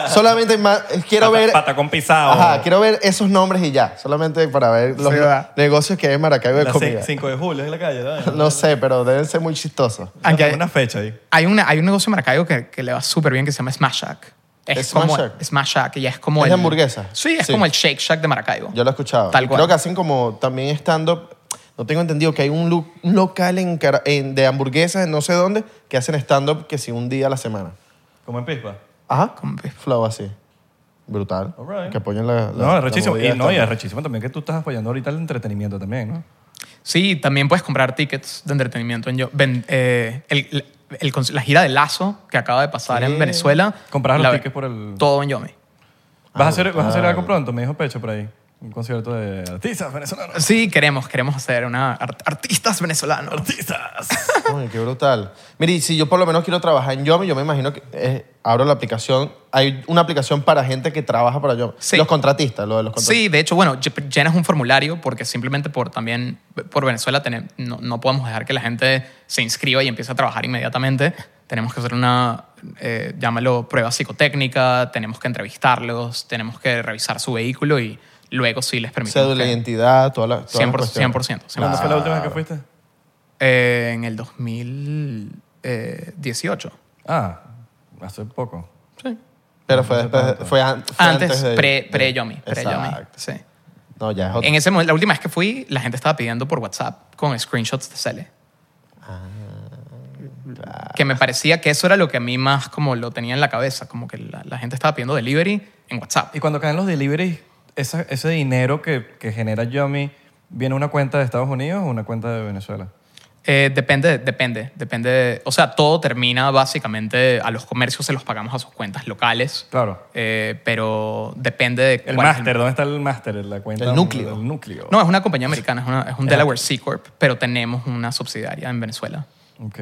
C: solamente ma- quiero ver.
B: Patacón pisado.
C: Ajá, quiero ver esos nombres y ya. Solamente para ver los
B: Sí,
C: ne-
B: va.
C: negocios que hay en Maracaibo de
B: La
C: comida.
B: 5 de julio es la calle, ¿verdad?
C: No sé, pero deben ser muy chistosos.
A: Aunque hay-
B: Una fecha ahí.
A: Hay, una, hay un negocio en Maracaibo que, que le va súper bien que se llama Smash Shack. Es
C: ¿Smash
A: como,
C: Shack?
A: Smash Shack, que ya es como
C: ¿Es
A: el...
C: de hamburguesa?
A: Sí, es
C: Sí.
A: como el Shake Shack de Maracaibo.
C: Yo lo he escuchado.
A: Tal
C: Y
A: cual.
C: Creo que hacen como también stand-up. No tengo entendido que hay un, lu- un local en, Cara- en- de hamburguesas en no sé dónde que hacen stand-up que si un día a la semana.
B: Como en Pispa.
C: Ajá.
A: Como que-
C: Flow así. Brutal.
B: Alright.
C: Que apoyen la, la-
B: No,
C: la
B: es rechísimo.
C: movida
B: Y,
C: de
B: no, y es
C: stand-up.
B: rechísimo también que tú estás apoyando ahorita el entretenimiento también, ¿no?
A: Sí, también puedes comprar tickets de entretenimiento. En yo, ven- eh, el- el cons- la gira de Lazo que acaba de pasar
C: Sí.
A: en Venezuela.
B: Comprar
A: la-
B: los tickets por el...
A: Todo en Yomi.
B: ¿Vas, a
C: Ah,
B: hacer, ¿Vas a hacer
C: brutal.
B: algo pronto? Me dijo Pecho por ahí. Un concierto de artistas venezolanos.
A: Sí, queremos, queremos hacer una art- artistas venezolanos.
B: ¡Artistas!
C: Ay, qué brutal. Mire, y si yo por lo menos quiero trabajar en Yomi, yo me imagino que eh, abro la aplicación. Hay una aplicación para gente que trabaja para Yomi.
A: Sí.
C: Los contratistas, lo de los contratistas.
A: Sí, de hecho, bueno, ll- llenas un formulario porque simplemente por también, por Venezuela, tenem- no, no podemos dejar que la gente se inscriba y empiece a trabajar inmediatamente. Tenemos que hacer una, eh, llámalo, prueba psicotécnica, tenemos que entrevistarlos, tenemos que revisar su vehículo y luego sí les permitimos.
C: Cédula de
A: que-
C: identidad, todas las. todas las
A: 100%,
C: cuestiones.
A: 100%, 100%.
B: ¿Cuándo fue la última vez que fuiste?
A: Eh, en el 2018.
B: Ah, hace poco.
A: Sí.
C: Pero fue, después, fue, an- fue
A: Antes,
C: de-
A: pre-
C: de-
A: pre-Yomi. pre
C: Exacto.
A: Sí.
C: No, ya es otro.
A: En ese momento, la última vez que fui, la gente estaba pidiendo por WhatsApp con screenshots de Cele.
C: Ah,
A: Que me parecía que eso era lo que a mí más como lo tenía en la cabeza, como que la, la gente estaba pidiendo delivery en WhatsApp.
B: Y cuando caen los deliveries, esa- ese dinero que, que genera Yomi, ¿viene una cuenta de Estados Unidos o una cuenta de Venezuela?
A: Eh, depende, depende, depende. de- o sea, todo termina básicamente a los comercios se los pagamos a sus cuentas locales,
B: Claro.
A: eh, pero depende de
B: El
A: cuál es
B: máster, ¿dónde está el máster? La cuenta,
C: El núcleo.
B: El núcleo.
A: No, es una compañía americana, es, una- es un Delaware C Corp, pero tenemos una subsidiaria en Venezuela
B: Ok.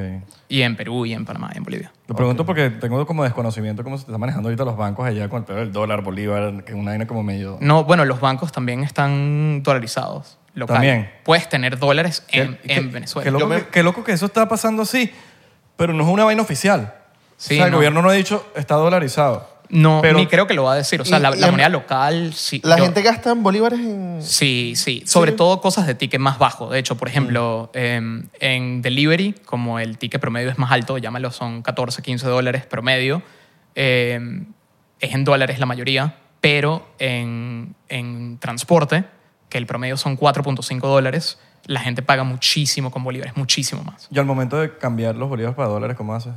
A: y en Perú y en Panamá y en Bolivia.
B: Lo pregunto porque tengo como desconocimiento cómo se está manejando ahorita los bancos allá con el peor del dólar, Bolívar, que es una vaina como medio...
A: No, bueno, los bancos también están dolarizados. Local.
B: También.
A: Puedes tener dólares en,
B: Eh, Qué-
A: en
B: qué-
A: Venezuela.
B: Qué loco,
C: Yo me-
B: que, qué loco que eso está pasando así, pero no es una vaina oficial.
A: Sí,
B: o sea, el
A: no.
B: gobierno no ha dicho está dolarizado.
A: No,
B: pero-
A: ni creo que lo va a decir. O sea,
C: Y-
A: la,
C: y
A: la
C: en-
A: moneda local, sí.
C: La
A: yo-
C: gente gasta en bolívares en.
A: Sí, sí. Sobre todo cosas de ticket más bajo. De hecho, por ejemplo,
B: Mm.
A: em, en delivery, como el ticket promedio es más alto, llámalo, son 14, 15 dólares promedio. em, es en dólares la mayoría, pero en, en transporte, que el promedio son 4.5 dólares, la gente paga muchísimo con bolívares, muchísimo más.
B: Y al momento de cambiar los bolívares para dólares, ¿cómo haces?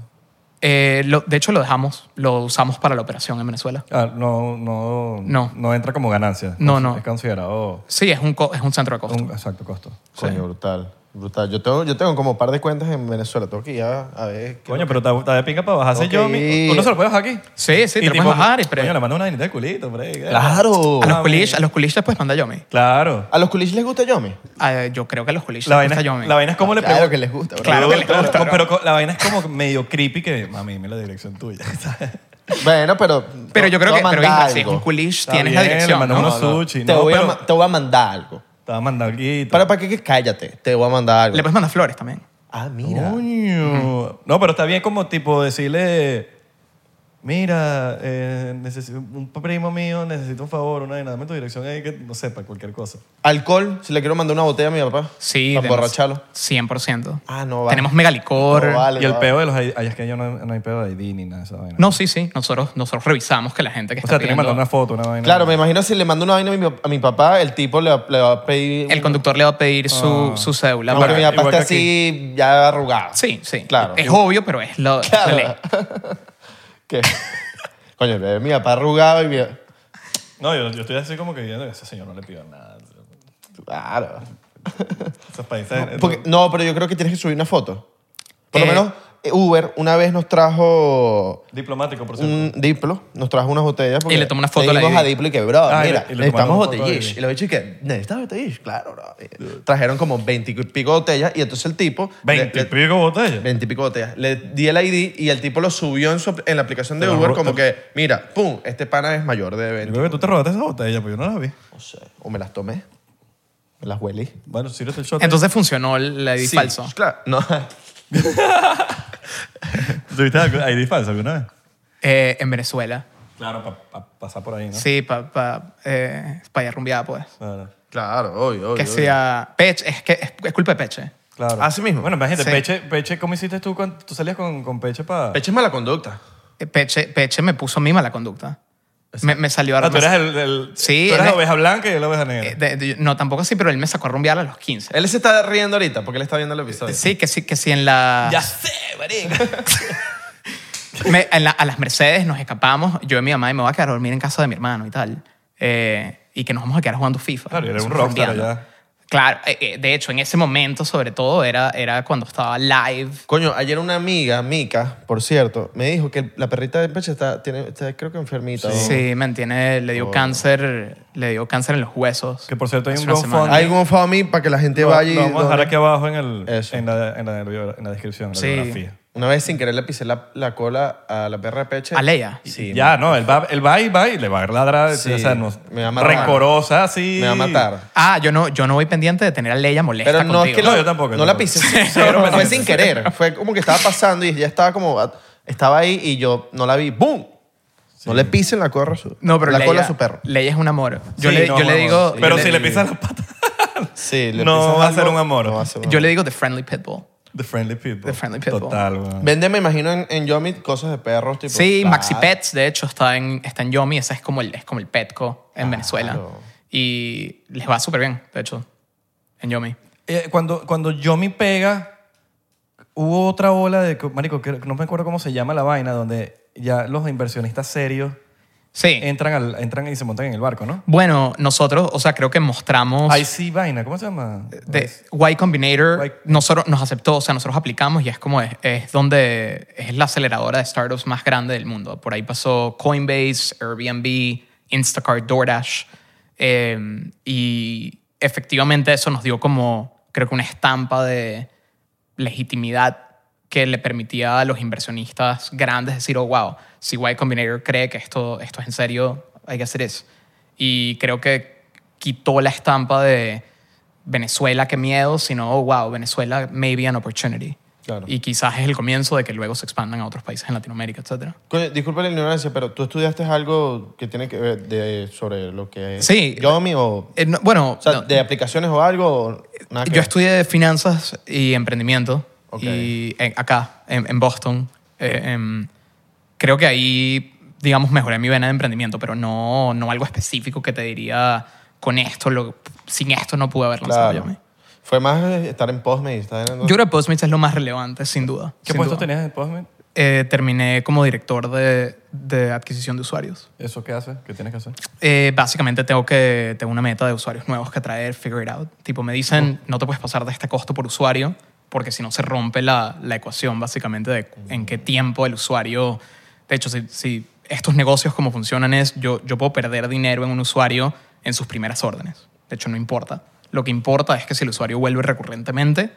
A: Eh, lo- de hecho, lo dejamos, lo usamos para la operación en Venezuela.
B: Ah, no, no,
A: No.
B: entra como ganancia.
A: No,
B: Es-
A: no.
B: Es considerado
A: Sí, es un, co- es un centro de costo.
B: un exacto costo.
C: Coño, brutal. Brutal. Yo tengo, yo tengo como un par de cuentas en Venezuela. Tengo que ir a, a ver. qué-
B: Coño, pero está, está de pinga para bajarse
C: Ok.
B: Yomi. Uno se lo puede bajar aquí.
A: Sí, sí, te
B: Y
A: lo puedes bajar. y pre-
B: Coño, le manda una dinita de culito por ahí.
C: Claro.
A: a los
B: Ah,
A: culiches, a los culiches les puedes mandar Yomi.
B: Claro.
C: ¿A los culiches les gusta Yomi?
A: Ah, yo creo que a los culiches
B: La
A: les gusta
B: vaina,
A: Yomi.
B: la vaina es como le
C: Claro
B: pregunto.
C: que les gusta, bro.
A: Claro que les gusta,
B: Pero-
A: bro.
B: Pero co- la vaina es como medio creepy que, mami, dime la dirección tuya. ¿sabes?
C: Bueno, pero.
A: pero
C: te-
A: yo creo
C: te
A: que
C: voy a
A: pero,
C: mandar
A: hija, si es
C: algo.
A: un culiche,
B: Está
A: tienes la
B: bien,
A: dirección.
B: le mandó
A: ¿no?
B: unos sushi.
C: Te,
B: no,
C: voy a
B: pero-
C: ma- te voy a mandar algo.
B: Te va a mandar guito.
C: ¿Para, para qué que cállate? Te voy a mandar algo.
A: Le puedes mandar flores también.
C: Ah, mira.
B: Coño. No, pero está bien como tipo decirle, mira, eh, necesi- un primo mío necesita un favor, una vaina, dame tu dirección ahí que no sepa cualquier cosa.
C: Alcohol, si le quiero mandar una botella a mi papá.
A: Sí.
C: Para
A: tenemos-
C: emborracharlo.
A: 100%.
C: Ah, no vale.
A: Tenemos megalicor.
C: No vale.
B: y el
C: no.
B: peo de los ID, ay, es que yo no, no hay peo de ID ni nada de esa vaina.
A: No, sí, sí. Nosotros, nosotros revisamos que la gente que
B: o
A: está
B: sea, tiene que
A: pidiendo-
B: mandar una foto, una vaina.
C: Claro, me imagino si le mando una vaina a mi, a mi papá, el tipo le, va- le va a pedir.
A: El conductor le va a pedir su,
B: Ah.
A: su cédula.
C: No,
A: para-
C: pero mi papá
B: igual
C: está
B: que aquí.
C: así, ya arrugado.
A: Sí, sí.
C: Claro.
A: Es obvio, pero es lo... es la
C: Claro.
A: ley.
C: ¿Qué? Coño, ve mi papá arrugado y mi...
B: No, yo, yo estoy así como que viendo que ese señor no le pido nada.
C: Claro.
B: Esos países... eh,
C: Porque- no, pero yo creo que tienes que subir una foto. Por
A: Eh.
C: lo menos eh, Uber una vez nos trajo
B: Diplomático, por cierto.
C: un Diplo, nos trajo unas botellas. porque
A: Y le tomó una foto a la
C: dijimos
A: ID.
C: a Diplo y que, bro,
B: Ah, y
C: mira,
B: le- y le
C: necesitamos
B: tomaron foto a
C: botellish.
B: Diplo.
C: Y los bichos que, ¿necesitas botellish? Claro, bro. Y Trajeron como 20 y pico botellas y entonces el tipo...
B: Veinte y
C: le- le-
B: pico botellas.
C: 20 y pico botellas. Le di el ID y el tipo lo subió en, su, en la aplicación de
B: Pero
C: Uber
B: ro-
C: como que, mira, pum, este pana es mayor de
B: Yo
C: 20.
B: creo que tú te robaste esa botella, pues yo no la vi.
C: No sé, o me las tomé, me las huelí.
B: Bueno, sírvete el shot.
A: Entonces funcionó el ID
C: Sí,
A: falso.
C: Claro, no.
B: ¿Tuviste algo- ID falso alguna vez?
A: Eh, en Venezuela.
B: Claro, para pasar por ahí, ¿no?
A: Sí, para pa, eh, pa ir rumbeada, pues.
B: Claro.
C: Claro, obvio, obvio.
A: que
C: obvio.
A: sea Peche, es que es, es culpa de Peche.
B: Claro.
C: Así mismo.
B: Bueno, imagínate,
A: Sí.
B: Peche, Peche, ¿cómo hiciste tú cuando tú salías con, con Peche para...?
C: Peche es mala conducta.
A: Eh, Peche, Peche me puso a mí mala conducta. Me, me salió a
B: Ah, tú eras el, el-
A: Sí,
B: Tú eras
A: él
B: la
A: es-
B: oveja blanca y yo la oveja negra.
A: Eh, de- de- No, tampoco así, pero él me sacó a rumbear a los 15.
C: Él se está riendo ahorita porque él está viendo el episodio.
A: Sí, que sí, que sí, en la...
B: ya sé, marica.
A: Me- en la- a las Mercedes nos escapamos, yo y mi mamá, y me voy a quedar a dormir en casa de mi hermano y tal. Eh, y que nos vamos a quedar jugando FIFA.
B: Claro, era un
A: Nosotros
B: rockstar
A: rumbeando.
B: allá.
A: Claro, eh, eh, de hecho, en ese momento, sobre todo, era, era cuando estaba live.
C: Coño, ayer una amiga, Mica, por cierto, me dijo que la perrita de Peche está, tiene, está creo que enfermita. ¿no?
A: Sí, me entiende, le dio cáncer, le dio cáncer en los huesos.
B: Que, por cierto, hay
A: Hace
B: un
A: una
B: GoFundMe.
A: semana.
C: Hay un GoFundMe para que la gente
B: Lo,
C: vaya y
B: lo vamos a dejar
C: done.
B: aquí abajo en, el,
C: Eso.
B: en, la, en, la, bio- en la descripción, en la
A: Sí.
B: biografía.
C: Una vez sin querer le pisé la, la cola a la perra de Peche.
A: ¿A Leia?
C: Sí.
B: ya, no, él va, él va y va y le va a ladrar.
C: Sí,
B: o sea, no-
C: me va a matar.
B: Rencorosa, así.
C: Me va a matar.
A: Ah, yo no, yo no voy pendiente de tener a Leia molesta
C: Pero no es
A: contigo.
C: que
B: No,
C: la-
B: yo tampoco,
C: No
B: yo
C: la
B: tampoco.
C: pisé.
B: Cero
C: fue
B: pendiente.
C: sin querer. Fue como que estaba pasando y ya estaba como. ah, Estaba ahí y yo no la vi. ¡Bum! No le pisen la cola a su,
A: No, pero
C: la
A: Leia-
C: cola a su perro.
A: Leia es un amor. Yo,
B: Sí,
A: le,
B: no,
A: yo le
B: vamos.
A: digo...
B: Pero
A: yo
B: si
A: le,
B: le pisas las patas.
C: Sí,
B: No
C: pisas
B: va a
C: algo,
B: ser un amor.
C: no va a ser un
A: Yo
C: amor.
A: le digo The Friendly Pitbull.
B: The Friendly People.
A: The Friendly People.
B: Total, weón.
C: Vende, me imagino, en, en Yomit cosas de perros. Tipo,
A: Sí,
C: tal.
A: Maxi Pets, de hecho, está en, está en Yomi. Ese es como el, es como el Petco en Venezuela. Y les va súper bien, de hecho, en Yomi.
B: Eh, cuando, cuando Yomi pega, hubo otra ola de. co- Marico, que no me acuerdo cómo se llama la vaina, donde ya los inversionistas serios
A: Sí.
B: entran, al, entran y se montan en el barco, ¿no?
A: Bueno, nosotros, o sea, creo que mostramos...
B: Ahí sí, vaina, ¿cómo se llama?
A: de Y Combinator
B: Y-
A: nosotros nos aceptó, o sea, nosotros aplicamos y es como es, es donde es la aceleradora de startups más grande del mundo. Por ahí pasó Coinbase, Airbnb, Instacart, DoorDash eh, y efectivamente eso nos dio como creo que una estampa de legitimidad que le permitía a los inversionistas grandes decir, oh, wow, si Y Combinator cree que esto, esto es en serio, hay que hacer eso. Y creo que quitó la estampa de Venezuela, qué miedo, sino, oh, wow, Venezuela, maybe an opportunity.
C: Claro.
A: Y quizás es el comienzo de que luego se expandan a otros países en Latinoamérica, etc.
C: Coño, disculpa la ignorancia, pero tú estudiaste algo que tiene que ver de, sobre lo que es
A: Sí.
C: Yomi o,
A: Eh, no- bueno,
C: o sea,
A: no,
C: de aplicaciones o algo. o nada que
A: yo
C: ver?
A: estudié finanzas y emprendimiento
C: Ok.
A: y en- acá, en, en Boston. Eh, em, creo que ahí, digamos, mejoré mi vena de emprendimiento, pero no, no algo específico que te diría con esto, lo- sin esto no pude haber lanzado
C: Claro.
A: Yomi.
C: Fue más eh, estar en Postmates. estar en-
A: Yo creo que Postmates es lo más relevante, sin duda.
B: ¿Qué
A: sin
B: puestos
A: duda.
B: tenías en Postman?
A: Eh, terminé como director de, de adquisición de usuarios.
B: ¿Eso qué haces? ¿Qué tienes que hacer?
A: Eh, básicamente tengo que tengo una meta de usuarios nuevos que traer, figure it out. Tipo, me dicen, no te puedes pasar de este costo por usuario, porque si no se rompe la, la ecuación básicamente de en qué tiempo el usuario... De hecho, si, si estos negocios como funcionan es, yo, yo puedo perder dinero en un usuario en sus primeras órdenes. De hecho, no importa. Lo que importa es que si el usuario vuelve recurrentemente,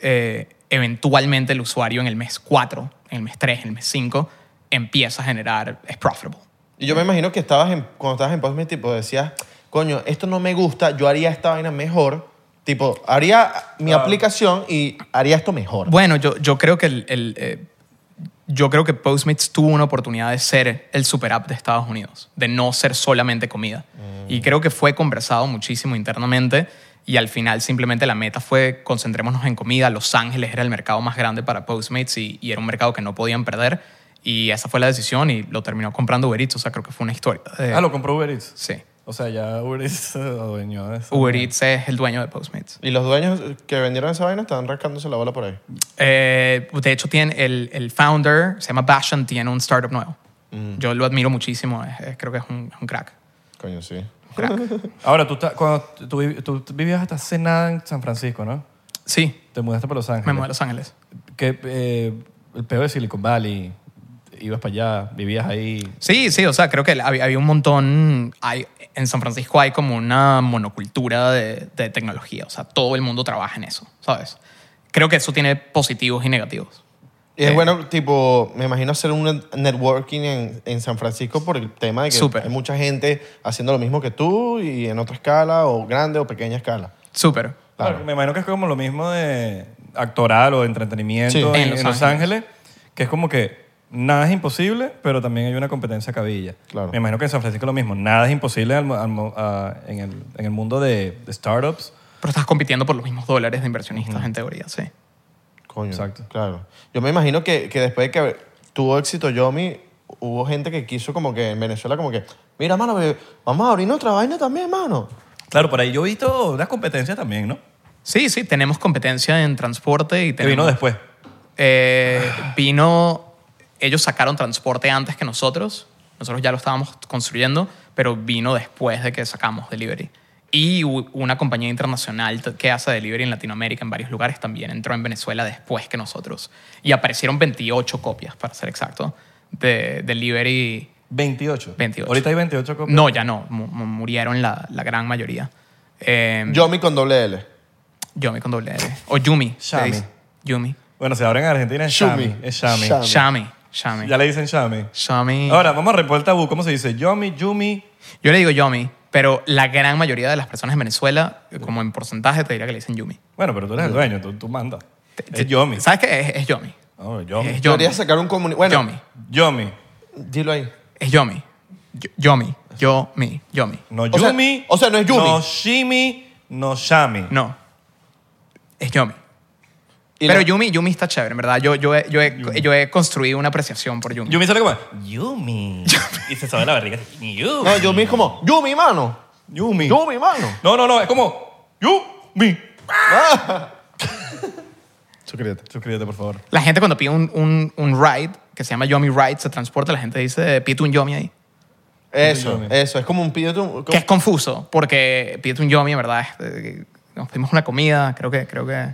A: eh, eventualmente el usuario en el mes 4, en el mes 3, en el mes 5, empieza a generar, es profitable.
C: Y yo me imagino que estabas en, cuando estabas en Postmates, tipo, decías, coño, esto no me gusta, yo haría esta vaina mejor. Tipo, haría mi aplicación y haría esto mejor.
A: Bueno, yo, yo creo que el, el, eh, yo creo que Postmates tuvo una oportunidad de ser el super app de Estados Unidos, de no ser solamente comida. Y creo que fue conversado muchísimo internamente y al final simplemente la meta fue concentrémonos en comida. Los Ángeles era el mercado más grande para Postmates y, y era un mercado que no podían perder. Y esa fue la decisión y lo terminó comprando Uber Eats. O sea, creo que fue una historia. de-
B: Ah, lo compró Uber Eats.
A: Sí.
B: O sea, ya Uber Eats se adueñó de eso.
A: Uber Eats es el dueño de Postmates.
C: Y los dueños que vendieron esa vaina están rascándose la bola por ahí.
A: Eh, de hecho, tiene el, el founder, se llama Bashan, tiene un startup nuevo. Yo lo admiro muchísimo, es- es- creo que es un, es un crack.
C: Coño, sí.
B: Ahora, tú, estás- cuando tú, vi- tú vivías hasta hace nada en San Francisco, ¿no?
A: Sí,
B: Te mudaste para Los Ángeles.
A: me mudé a Los Ángeles.
B: Que, eh, el peor de Silicon Valley, ibas para allá, vivías ahí.
A: Sí, sí, o sea, creo que había, había un montón. Hay, en San Francisco hay como una monocultura de, de tecnología, o sea, todo el mundo trabaja en eso, ¿sabes? Creo que eso tiene positivos y negativos.
C: Y es
A: Eh.
C: bueno, tipo, me imagino hacer un net- networking en, en San Francisco por el tema de que
A: Súper.
C: hay mucha gente haciendo lo mismo que tú y en otra escala, o grande o pequeña escala.
A: Súper.
C: Claro.
B: Claro, me imagino que es como lo mismo de actoral o de entretenimiento
C: Sí.
B: en,
A: En Los
B: en Los Ángeles. que es como que nada es imposible, pero también hay una competencia cabilla.
C: Claro.
B: Me imagino que en San Francisco es lo mismo. Nada es imposible al mo- al mo- a- en, el, en el mundo de, de startups.
A: Pero estás compitiendo por los mismos dólares de inversionistas, en teoría, sí.
C: Coño. Exacto. Claro. Yo me imagino que, que después de que tuvo éxito Yomi, hubo gente que quiso como que en Venezuela como que, mira, mano, ve- vamos a abrir nuestra vaina también, mano.
B: Claro, por ahí yo he visto las competencias también, ¿no?
A: Sí, sí, tenemos competencia en transporte y
B: Que
A: tenemos...
B: vino después.
A: Eh, vino, ellos sacaron transporte antes que nosotros, nosotros ya lo estábamos construyendo, pero vino después de que sacamos delivery. Y u- una compañía internacional t- que hace delivery en Latinoamérica, en varios lugares, también entró en Venezuela después que nosotros. Y aparecieron 28 copias, para ser exacto, de delivery.
B: 28.
A: 28.
B: Ahorita hay 28 copias.
A: No, ya no, mu- mu- murieron la, la gran mayoría. Eh,
C: Yomi con doble L.
A: Yomi con doble L. O Yumi. se
B: Xiaomi.
A: dice. Yumi.
B: Bueno, si ahora en Argentina es
C: Xiaomi.
B: Xiaomi. Es Xiaomi.
C: Xiaomi.
A: Xiaomi. Xiaomi.
B: Ya le dicen Xiaomi.
A: Xiaomi.
B: Ahora, vamos a romper el tabú. ¿Cómo se dice? Yomi, Yumi.
A: Yo le digo Yomi, pero la gran mayoría de las personas en Venezuela, como en porcentaje, te diría que le dicen Yumi.
B: Bueno, pero tú eres el dueño, tú, tú mandas. Es
A: Te-
B: Yomi.
A: ¿Sabes qué? Es, es Yomi.
B: Oh, Yomi.
A: Es
C: Yo
A: Yomi.
C: quería sacar un comunicado. Bueno,
A: Yomi.
B: Yomi.
C: dilo ahí.
A: Es Yomi. Yo- Yomi. Yomi. Yomi.
B: No
C: sea-
B: Yumi.
C: o sea, no es Yumi.
B: No Shimi, no Shami.
A: No. Es Yomi.
C: Y
A: Pero
C: la-
A: Yumi, Yumi está chévere, en verdad. Yo, yo, he, yo, he, yo he construido una apreciación por Yumi.
B: Yumi sale como Yumi. y se sabe la barriga. así, Yumi.
C: No, Yomi es como, Yumi, mano.
B: Yumi.
C: Yumi, mano.
B: No, no, no, es como Yumi.
C: Suscríbete.
B: Suscríbete, por favor.
A: La gente cuando pide un, un, un ride, que se llama Yomi Ride, se transporta, la gente dice, pide un Yomi ahí.
C: Eso,
B: Yomi.
C: eso. Es como un pídete un...
A: Que es confuso, porque pídete un yomi, en verdad, es, eh, nos pedimos una comida, creo que, creo que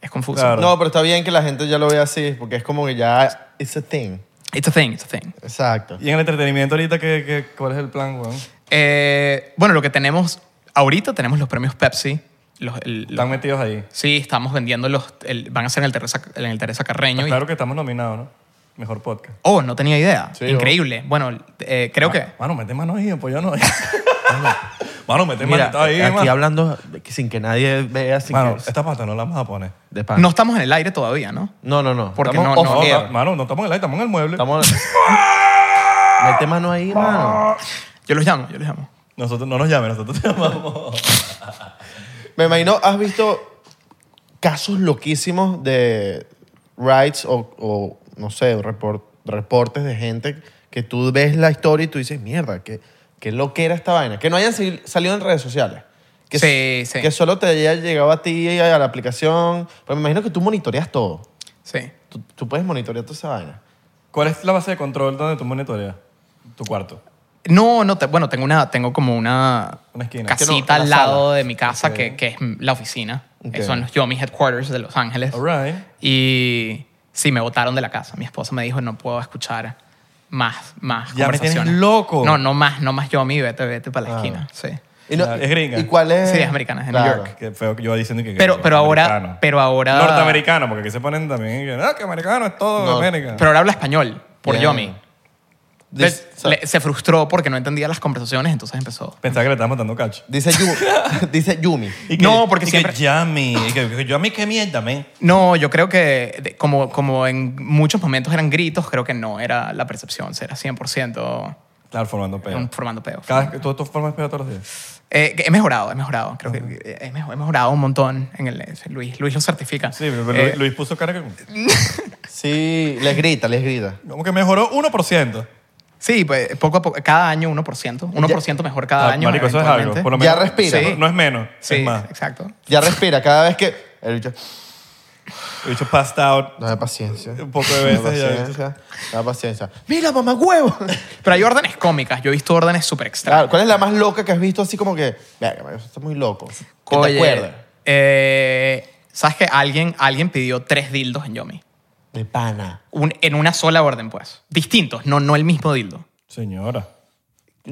A: es confuso.
B: Claro.
C: No, pero está bien que la gente ya lo vea así, porque es como que ya... It's a thing.
A: It's a thing, it's a thing.
C: Exacto.
B: Y en el entretenimiento ahorita, ¿qué, qué, cuál es el plan, weón?
A: Eh, bueno, lo que tenemos, ahorita tenemos los premios Pepsi. Los, el-
B: Están
A: los-
B: metidos ahí.
A: sí, estamos vendiendo los, el- van a ser en el Teresa, en el Teresa Carreño. y-
B: Ah, Claro que estamos nominados, ¿no? Mejor podcast.
A: oh, no tenía idea.
C: Sí,
A: Increíble. Bueno, eh, creo que...
B: Mano, mete mano ahí, pues apoyanos ahí. mano, mete
C: Mira,
B: mano ahí,
C: aquí
B: mano.
C: hablando sin que nadie vea, sin
B: Mano,
C: que...
B: esta pata no la vamos a poner.
C: De pan.
A: No estamos en el aire todavía, ¿no?
C: No, no, no.
A: Porque
C: Estamos
A: no,
C: off
A: no,
B: No,
C: air.
B: no, mano, no estamos en el aire, estamos en el mueble.
C: Estamos... Mete mano ahí, mano.
A: Yo los llamo, yo los llamo.
B: Nosotros no nos llamen, nosotros te llamamos.
C: Me imagino, has visto casos loquísimos de rights o, o, no sé, report- reportes de gente que tú ves la historia y tú dices, mierda, qué, qué loquera esta vaina. Que no hayan sali- salido en redes sociales. Que,
A: Sí, sí.
C: que solo te haya llegado a ti, a la aplicación. Pues me imagino que tú monitoreas todo.
A: Sí.
C: Tú, tú puedes monitorear toda esa vaina.
B: ¿Cuál es la base de control donde tú monitoreas tu cuarto?
A: No, no, te- bueno, tengo una, tengo como una,
B: Una esquina.
A: casita
C: Que no, una
A: al lado
C: sala.
A: de mi casa
B: Ok.
A: que, que es la oficina.
C: Ok.
A: Esos Son los Yomi Headquarters de Los Ángeles.
B: All right.
A: Y sí, me botaron de la casa. Mi esposa me dijo, no puedo escuchar más, más
B: Ya me tienes
A: conversaciones.
B: loco. Ah.
A: No, no más, no más Yomi, vete, vete para la esquina. Sí.
C: Y no-
B: Claro, es gringa.
C: ¿Y cuál es?
A: Sí, es americana, es de New York.
B: Qué feo que yo diciendo que...
A: Pero-
B: que-
A: pero ahora-
B: americano.
A: pero ahora-
B: Norteamericano, porque aquí se ponen también... Que, "Ah, que americano es todo
C: No,
B: América.
A: Pero ahora habla español por
C: Bien.
A: Yomi.
C: Dice,
A: Entonces, le- se frustró porque no entendía las conversaciones, entonces empezó.
B: Pensaba que le estábamos dando cacho.
C: dice Yu- dice Yumi.
B: Y que-
A: No, porque
B: y
A: siempre-
B: Que Yami, y que, que Yami, qué mierda, men.
A: No, yo creo que de- como, como en muchos momentos eran gritos, creo que no era la percepción, era 100%
B: Claro, formando peo.
A: un- formando peos.
B: Cada vez que tú, tú formas peo todos los días.
A: Eh, que he mejorado, he mejorado. Creo que eh, he, mejo- he mejorado un montón en el eh, Luis. Luis lo certifica.
B: Sí, pero
A: Eh,
B: Luis, Luis puso cara que...
C: Sí, les grita, les grita.
B: Como que mejoró 1%.
A: sí, pues poco a poco, cada año 1%. 1% mejor cada
B: Ah,
A: año.
B: Marico, eso es
A: eventualmente.
B: algo. Por lo
C: Ya
B: menos,
C: respira.
B: no-
A: Sí.
B: No es menos,
A: Sí,
B: es más.
A: exacto.
C: Ya respira cada vez que. El bicho,
B: He dicho passed out.
C: dame paciencia.
B: Un poco de veces
C: Dame
B: ya.
C: paciencia. Dame paciencia. Mira, mamá huevo.
A: Pero hay órdenes cómicas. Yo he visto órdenes súper extrañas.
C: Claro, ¿cuál es la más loca que has visto así como que. Verga, marico, esto está muy loco. Que te
A: Oye,
C: acuerdas.
A: eh, ¿Sabes que alguien, alguien pidió tres dildos en Yomi?
C: De pana.
A: Un- en una sola orden, pues. Distintos, no, no el mismo dildo.
B: Señora.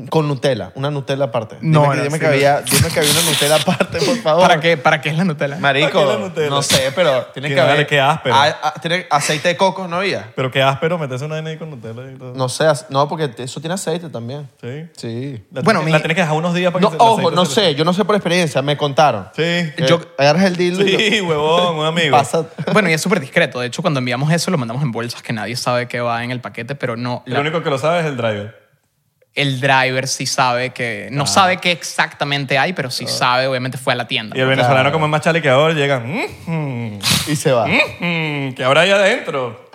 C: Con Nutella, una Nutella aparte.
A: No,
C: dime, que-
A: no,
C: dime
A: sí,
C: que
A: no.
C: había, dime que había una Nutella aparte, por
B: Oh.
C: favor.
A: ¿Para qué, ¿Para qué es la Nutella?
C: Marico,
B: ¿Para qué la Nutella?
C: no sé, pero tiene
B: Qué
C: que haber.
B: vale, qué áspero.
C: Ah, ah, tiene- aceite de coco, ¿no había?
B: Pero qué áspero meterse una vaina ahí con Nutella y todo.
C: No sé, as- no, porque eso tiene aceite también.
B: Sí.
C: Sí.
B: La
A: Bueno,
B: tienes,
A: mi-
B: que- la tienes que dejar unos días para que
C: No,
B: se- el
C: ojo,
B: aceite
C: no
B: se-
C: sé, yo no sé por experiencia, me contaron.
B: Sí.
C: Que
A: Yo-
C: agarras el dildo y
B: Sí, huevón, un
C: lo
B: amigo.
C: pasa.
A: Bueno, y es súper discreto. De hecho, cuando enviamos eso, lo mandamos en bolsas que nadie sabe qué va en el paquete, pero no.
B: El
A: la-
B: único que lo sabe es el driver.
A: el driver sí sabe que.
B: Ah.
A: No sabe qué exactamente hay, pero sí sabe, obviamente fue a la tienda.
B: Y el venezolano, como es más chalequeador, llegan. "Mm,
C: y se va.
A: ¿Eh?
B: mm, mm, ¿Qué habrá ahí adentro?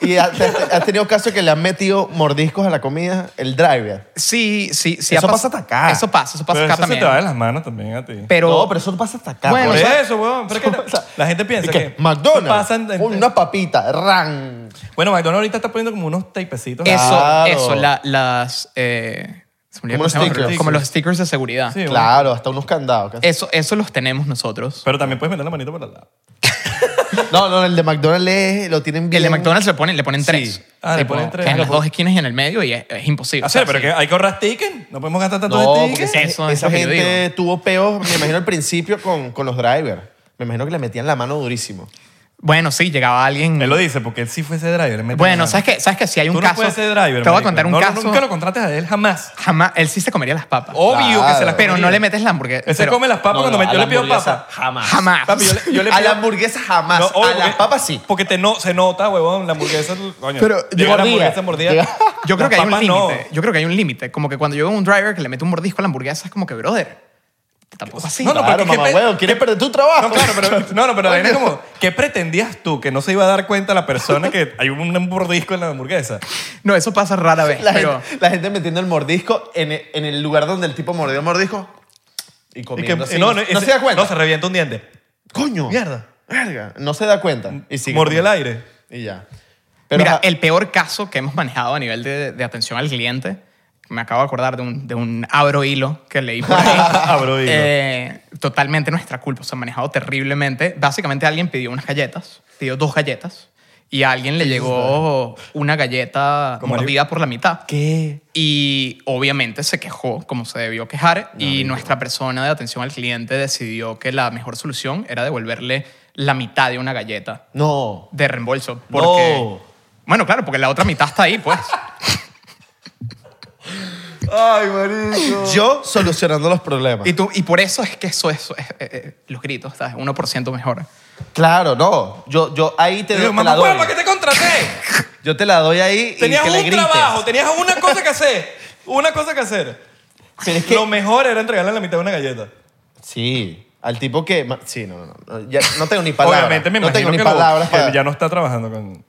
C: ¿Y has, has tenido casos que le han metido mordiscos a la comida? El driver.
A: Sí, sí, sí.
C: Eso
A: ha pas-
C: pasa hasta acá.
A: Eso pasa, eso pasa
B: Pero
A: acá
B: eso
A: también.
B: se te va de las manos también a ti.
A: Pero,
C: no, pero eso no pasa hasta acá.
A: Bueno,
B: Por
C: güey.
A: o sea,
B: eso, huevón. Pero es que
C: O sea,
B: la gente
C: ¿y
B: piensa
C: qué?
B: que...
C: McDonald's.
B: pasan en- este-
C: una papita, ran.
B: Bueno, McDonald's ahorita está poniendo como unos tapecitos.
A: eso,
C: Claro.
A: eso, la- las. eh, se me olvidó
C: Como
A: cómo
C: los
A: se llama,
C: stickers.
A: pero como los stickers de seguridad.
B: Sí, bueno.
C: Claro, hasta unos candados. casi.
A: Eso, eso los tenemos nosotros.
B: Pero también puedes meter la manita por al lado.
C: No, no, el de McDonald's es- lo tienen bien.
A: El de McDonald's le ponen, le ponen tres.
B: Ah, le
A: Tipo,
B: ponen tres.
A: que en
B: Ah,
A: las
B: lo pon-
A: dos esquinas y en el medio y es, es imposible.
B: Ah,
A: O sea,
B: sí, pero
A: sí.
B: que hay que ahorrar tickets. No podemos gastar tantos
C: No,
B: en
C: porque
B: tickets.
C: esa,
A: Eso es
C: Eh, esa
A: lo que yo
C: gente tuvo peos, me imagino, al principio con, con los drivers. Me imagino que le metían la mano durísimo.
A: Bueno, sí, llegaba alguien.
B: Él lo dice porque él sí fue ese driver. mete la
A: Bueno,
B: mano.
A: ¿sabes qué? ¿Sabes que Si hay un
B: Tú no
A: caso.
B: puedes ser driver.
A: te voy a
B: marico.
A: contar un
B: No,
A: caso.
B: Nunca lo contrates a él, jamás.
A: Jamás. Él sí se comería las papas.
B: Obvio que
C: Claro.
B: se las
A: pero no
B: comería.
A: le metes la hamburguesa.
B: Ese
A: pero-
B: come las papas
C: No,
B: cuando
C: no,
B: me-
C: a
B: yo
C: la
B: le pido
C: hamburguesa,
B: papas.
C: jamás.
A: Jamás.
B: Papi, yo le, yo le
C: a
B: pido-
C: la hamburguesa jamás.
B: No, obvio,
C: a las
B: porque-
C: papas sí.
B: Porque te no, se nota, huevón, la hamburguesa. Coño,
C: Pero
B: llega
C: yo
B: la
C: mordía.
B: hamburguesa mordida.
C: Llega-
A: Yo creo
B: Las
A: que hay un
B: papas
A: límite.
B: no.
A: Yo creo que hay un límite. Como que cuando yo veo un driver que le mete un mordisco a la hamburguesa, es como que, brother, tampoco así.
B: No, no, pero
C: Claro,
B: ¿qué- qué
C: mamá,
B: pe-
C: huevo, ¿quieres perder tu trabajo?
B: No, claro, pero, no, no, pero la vaina es como, ¿qué pretendías tú? Que no se iba a dar cuenta la persona que hay un mordisco en la hamburguesa.
A: No, eso pasa rara vez.
C: La,
A: pero
C: gente, la gente metiendo el mordisco en el, en el lugar donde el tipo mordió el mordisco y
B: Y que-
C: comiendo así.
B: y
C: no,
B: ese-
C: se da cuenta.
B: No, se revienta un diente.
C: Coño.
B: Mierda.
C: Verga. No se da cuenta. Y sigue
B: Mordió el
C: comiendo.
B: aire.
C: Y ya. Pero
A: Mira,
C: ajá,
A: el peor caso que hemos manejado a nivel de, de atención al cliente, me acabo de acordar de un, de un abro hilo que leí por ahí.
B: Abro hilo.
A: Eh, totalmente nuestra culpa, se ha manejado terriblemente. Básicamente alguien pidió unas galletas, pidió dos galletas, y a alguien le llegó una galleta
B: Como
A: mordida por la mitad.
B: ¿Qué?
A: Y obviamente se quejó, como se debió quejar, y nuestra persona de atención al cliente decidió que la mejor solución era devolverle la mitad de una galleta
C: No.
A: de reembolso. Porque,
C: No.
A: Bueno, claro, porque la otra mitad está ahí, pues.
B: Ay, marico.
C: Yo solucionando los problemas.
A: y, tú, y por eso es que eso es, es- es- es- los gritos, ¿sabes? 1% mejor.
C: Claro, no. Yo, yo ahí te,
B: Digo,
C: te la
B: mamá,
C: doy.
B: huevo, que te contraté.
C: Yo te la doy ahí
B: Tenías
C: y que le
B: un
C: grites.
B: trabajo, tenías una cosa que hacer. Una cosa que hacer.
C: Pero es que-
B: Lo mejor era entregarle la mitad de una galleta.
C: Sí. Al tipo que... ma- Sí, no, no, no. Ya no tengo ni palabras.
B: Obviamente me
C: no
B: imagino
C: tengo ni
B: que, lo-
C: palabras
B: que
C: para...
B: ya no está trabajando con...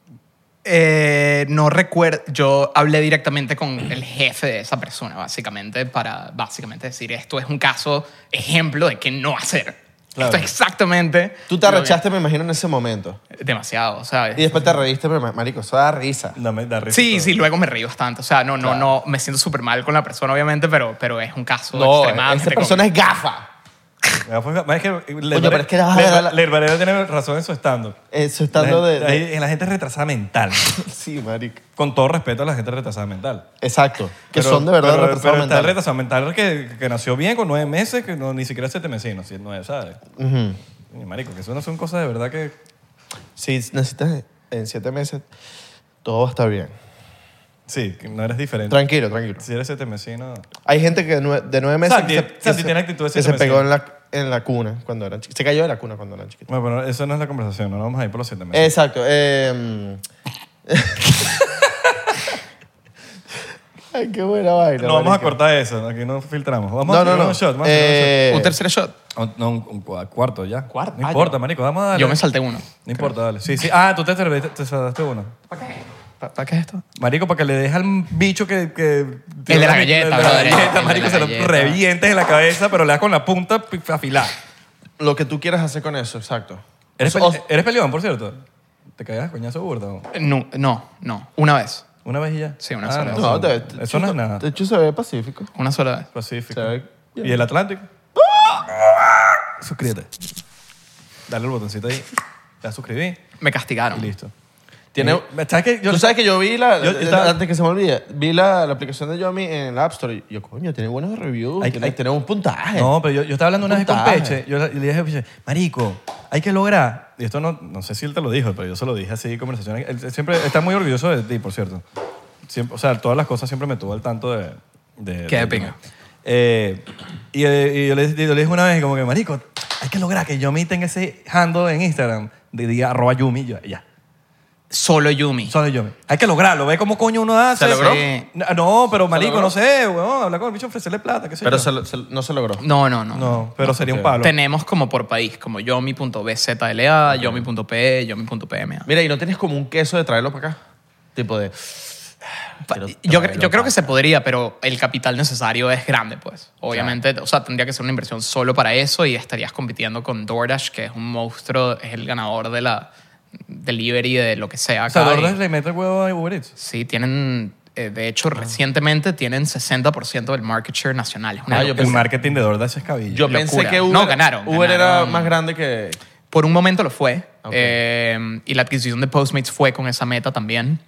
A: Eh, no recuerdo, yo hablé directamente con el jefe de esa persona, básicamente, para básicamente decir, esto es un caso ejemplo de qué no hacer.
B: Claro.
A: Esto es exactamente...
C: Tú te
A: lo que-
C: arrechaste, me imagino, en ese momento.
A: Demasiado, ¿sabes?
C: Y después te reíste, pero, marico, eso da risa.
B: Dame, da risa
A: Sí,
B: todo.
A: sí, luego me reí bastante. O sea, no, no, no, me siento súper mal con la persona, obviamente, pero, pero es un caso
C: No,
A: extremadamente...
C: esa persona es gafa.
B: Ah, fue- Es que Lerbarer-
C: pero es que la-
B: Lerba-
C: la- la-
B: Lerbarer tiene razón en su stand-up.
C: Eso
B: La,
C: estando de...
B: gente-
C: de-
B: ahí- la gente es retrasada mental.
C: Sí, marico.
B: Con todo respeto a la gente retrasada mental.
C: Exacto. Que
B: Pero-
C: son de verdad
B: pero-
C: retrasados
B: pero está el
C: mentales.
B: retrasado mental que, que nació bien con nueve meses, que no, ni siquiera siete meses, no, si- nueve, ¿sabes? Coño, Marico, que eso no son cosas de verdad que...
C: Si necesitas en siete meses, todo va a estar bien.
B: Sí, que no eres diferente.
C: Tranquilo, tranquilo.
B: Si eres siete meses, no...
C: Hay gente que de nue- de nueve meses
B: Santi-
C: que
B: Santi
C: que se-
B: tiene actitud de
C: que se
B: siete
C: pegó
B: meses.
C: en la, en la cuna cuando eran chiquitos. Se cayó de la cuna cuando eran chiquitos.
B: Bueno, pero eso no es la conversación, no nos vamos a ir por los siete meses.
C: Exacto. eh, Ay, qué buena vaina.
B: no vamos a
C: marico.
B: cortar eso, aquí no filtramos. Vamos a
C: No, no,
B: tirar
C: no.
B: un shot, vamos
C: Eh,
A: Un tercer shot.
B: a tirar un shot. Un- No, un, un cua- cuarto ya.
A: Cuarto.
B: No
A: Ah,
B: importa,
A: yo-
B: marico, vamos a darle.
A: Yo me salté uno.
B: No importa, dale. Sí, sí. Ah, tú te salvaste, te salvaste uno.
A: ¿Para, qué es esto?
B: Marico, para que le deje al bicho que... que
A: de la galleta,
B: El de la
A: brother, el de
B: galleta,
A: la
B: marico, se lo
A: galleta.
B: revientes en la cabeza, pero le das con la punta pi- afilada.
C: Lo que tú quieras hacer con eso, exacto.
B: ¿Eres,
C: O-
B: pele-
C: o-
B: eres peleón, por cierto? ¿Te caías coñazo burda? o?
A: No, no, no. Una vez.
B: ¿Una vez y ya?
A: Sí, una
B: Ah,
A: sola vez.
C: no, te,
B: eso, eso no es nada.
C: De hecho, se ve pacífico.
A: Una sola vez.
B: Pacífico.
C: Se ve- ¡Ah!
B: ¿Y el Atlántico? Suscríbete. Dale el botoncito ahí. Ya suscribí
A: Me
B: y
A: castigaron.
B: listo. Eh,
C: Tiene,
B: ¿Sabes que yo-
C: Tú sabes que yo vi la,
B: Yo- yo estaba-
C: antes que se me olvide, vi la, la aplicación de Yomi en el App Store y yo, coño, tiene buenos reviews,
B: Hay-
C: tiene,
B: hay-
C: tiene un puntaje.
B: No, pero yo, yo estaba hablando una vez con
C: Puntaje.
B: Peche. Yo le- y le dije, a Peche, marico, hay que lograr. Y esto no, no sé si él te lo dijo, pero yo se lo dije así en conversaciones. Él siempre está muy orgulloso de ti, por cierto. Siempre- o sea, todas las cosas siempre me tuvo al tanto de... de
A: Qué
B: de-
A: pinga.
B: Eh, y, eh, y yo, le, y yo le dije una vez como que, marico, hay que lograr que Yomi tenga ese handle en Instagram de día arroba Yumi, ya, ya.
A: Solo Yumi.
B: Solo Yomi. Hay que lograrlo. Ve cómo coño uno hace.
A: ¿Se logró?
B: Sí. No, pero marico,
C: logró?
B: no sé, weón. Hablar con el bicho, ofrecerle plata, qué sé
C: pero
B: yo.
C: se lo- se lo- no se logró.
A: No, no, no.
B: No, pero sería un
C: ok.
B: palo.
A: Tenemos como por país, como yomi.bzla, yomi.pe, yomi.pma.
C: Mira, y no tienes como un queso de traerlo para acá. Tipo de.
A: Pa-
C: Quiero
A: Yo, cre-
C: traerlo
A: yo creo que
C: para
A: se podría, pero el capital necesario es grande, pues. Obviamente, o sea, tendría que ser una inversión solo para eso y estarías compitiendo con DoorDash, que es un monstruo, es el ganador de la delivery de lo que sea.
B: O sea,
A: acá, y-
B: DoorDash le mete el huevo a Uber Eats.
A: Sí, tienen, eh, de
C: Ah.
A: hecho, recientemente tienen 60% del market share nacional. Es una
C: Ah, yo
A: locura.
B: El marketing de DoorDash es cabillo.
C: Yo
A: Locura.
C: pensé que Uber,
A: No, ganaron,
C: Uber era
A: ganaron.
C: más grande que.
A: Por un momento lo fue.
C: Ok.
A: eh, y la adquisición de Postmates fue con esa meta también.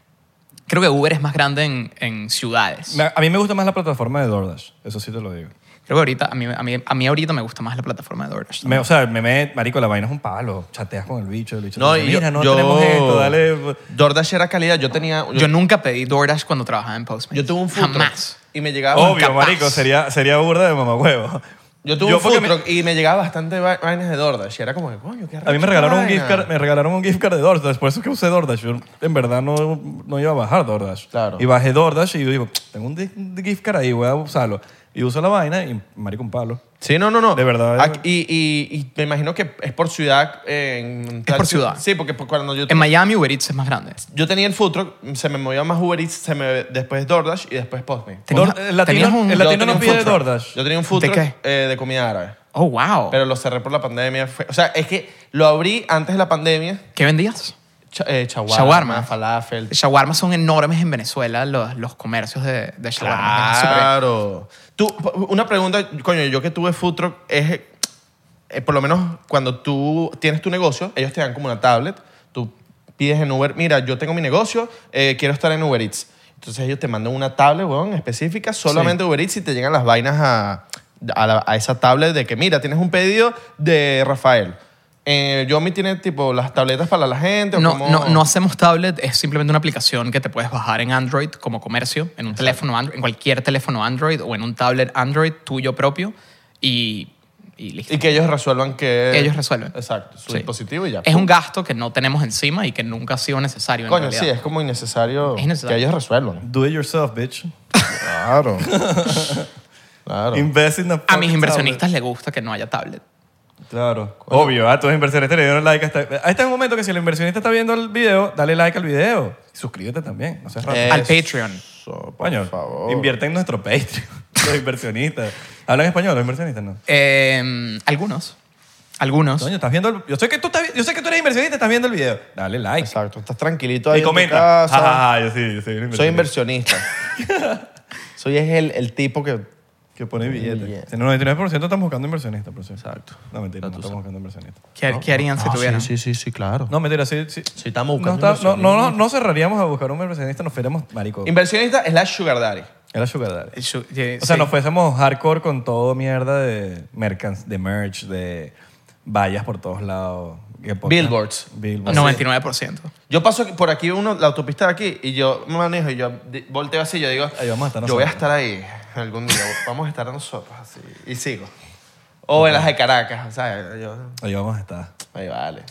A: Creo que Uber es más grande en, en ciudades.
B: Me- a mí me gusta más la plataforma de DoorDash, eso sí te lo digo.
A: Creo que ahorita, a mí, a, mí, a mí ahorita me gusta más la plataforma de DoorDash.
B: Me- o sea, me, me- marico, la vaina es un palo. Chateas con el bicho, el bicho
C: No,
B: te dice,
C: y yo,
B: mira, no
C: yo-
B: tenemos esto, dale.
C: DoorDash era calidad. Yo tenía. Yo,
A: Yo nunca pedí DoorDash cuando trabajaba en Postmates.
C: yo tuve un food truck
A: Jamás.
C: Y me llegaba.
B: Obvio,
A: capaz.
B: marico, sería, sería burda de mamahuevo.
C: Yo tuve un food
B: porque me-
C: truck y me llegaba bastante va- vainas de DoorDash. Y era como que, coño, qué
B: A mí
C: arrecho
B: me regalaron, un
C: esta
B: gift
C: vaina.
B: card, me regalaron un gift card de DoorDash, por eso es que usé DoorDash. Yo en verdad no, no iba a bajar DoorDash.
C: Claro.
B: Y bajé DoorDash y yo digo, tengo un di- gift card ahí, voy a usarlo. Y uso la vaina y marico, un palo.
C: Sí, no, no, no.
B: De verdad.
C: Aquí- y, y, y me imagino que es por ciudad. eh, en
A: Es por ciudad.
C: Sí, porque por- cuando yo,
A: En Miami Uber Eats es más grande.
C: yo tenía el food truck, se me movía más Uber Eats, se me, después DoorDash y después Postmates.
A: Tenías-
B: Dor- el latino-
A: tenías un-
B: el
C: Yo
B: latino
C: tenía
B: no
C: un
B: pide
C: food truck.
B: DorDash.
C: Yo tenía un food
A: ¿De
C: truck
A: qué?
C: eh, de comida árabe,
A: Oh, wow.
C: pero lo cerré por la pandemia. Fue- o sea, es que lo abrí antes de la pandemia.
A: ¿Qué vendías?
C: Cha, eh, chaguarma,
A: Shawarma.
C: falafel.
A: Shawarma son enormes en Venezuela los, los comercios de, de shawarma. Es súper-
C: Claro. Tú, p- una pregunta, coño, yo que tuve food truck es, eh, eh, por lo menos cuando tú tienes tu negocio, ellos te dan como una tablet, tú pides en Uber, mira, yo tengo mi negocio, eh, quiero estar en Uber Eats. Entonces ellos te mandan una tablet, weón, específica, solamente Uber Eats y te llegan las vainas a, a, la- a esa tablet de que, mira, tienes un pedido de Rafael. Eh, Yomi tiene tipo las tabletas para la gente. o
A: No,
C: cómo-
A: no, no hacemos tablet, es simplemente una aplicación que te puedes bajar en Android como comercio, en un teléfono Android, en cualquier teléfono Android o en un tablet Android tuyo propio y, y listo.
C: Y que ellos resuelvan que...
A: Ellos resuelven.
C: Exacto, su
A: Sí.
C: dispositivo y ya.
A: Es un gasto que no tenemos encima y que nunca ha sido necesario. en
C: Coño,
A: realidad.
C: sí, es como innecesario
A: Es innecesario.
C: que ellos resuelvan.
B: Do it yourself, bitch.
C: Claro. claro.
B: Invest in the
A: A mis
B: fucking
A: inversionistas les gusta que no haya tablet.
B: Claro. Obvio, a todos los inversionistas le dieron like. Hasta... Ahí está el momento que si el inversionista está viendo el video, dale like al video. Y suscríbete también. No seas raro.
C: Eh,
A: Al Patreon.
C: Eso, por
B: Coño,
C: favor.
B: invierte en nuestro Patreon. los inversionistas. ¿Hablan español los inversionistas? No.
A: Eh, algunos. Algunos.
B: Coño, estás viendo el... yo, sé que tú estás... vi- yo sé que tú eres inversionista, estás viendo el video. Dale like.
C: Exacto, estás tranquilito ahí
B: Y
C: en tu
B: comenta.
C: casa.
B: Ja, ja, ja, yo sí, yo soy un
C: Soy inversionista. Soy es el, el tipo que...
B: Que pone billetes.
C: Billete.
B: En el 99% estamos buscando inversionistas, por cierto. Exacto. No, mentira, no estamos buscando inversionistas.
A: ¿Qué, qué harían si
C: Ah,
A: tuvieran?
C: sí, sí, sí, claro.
B: No, mentira, sí. Sí,
C: Sí, estamos buscando
B: no, está- no, no, no, no cerraríamos a buscar un inversionista, nos fuéramos marico.
C: Inversionista es la sugar daddy.
B: Era Sugar Daddy.
A: Eh, su- eh,
B: O sea,
A: sí.
B: nos fuésemos hardcore con todo mierda de mercans, de merch, de vallas por todos lados. que pongan-
C: Billboards.
B: Billboards.
A: 99%.
C: Yo paso por aquí uno, la autopista de aquí, y yo me manejo y yo di- volteo así y yo digo,
B: Ahí vamos a estar
C: yo voy a
B: nosotros".
C: estar ahí algún día, vamos a estar nosotros así. Y sigo. O en las de Caracas, o sea, yo...
B: Ahí vamos a estar.
C: Ahí vale.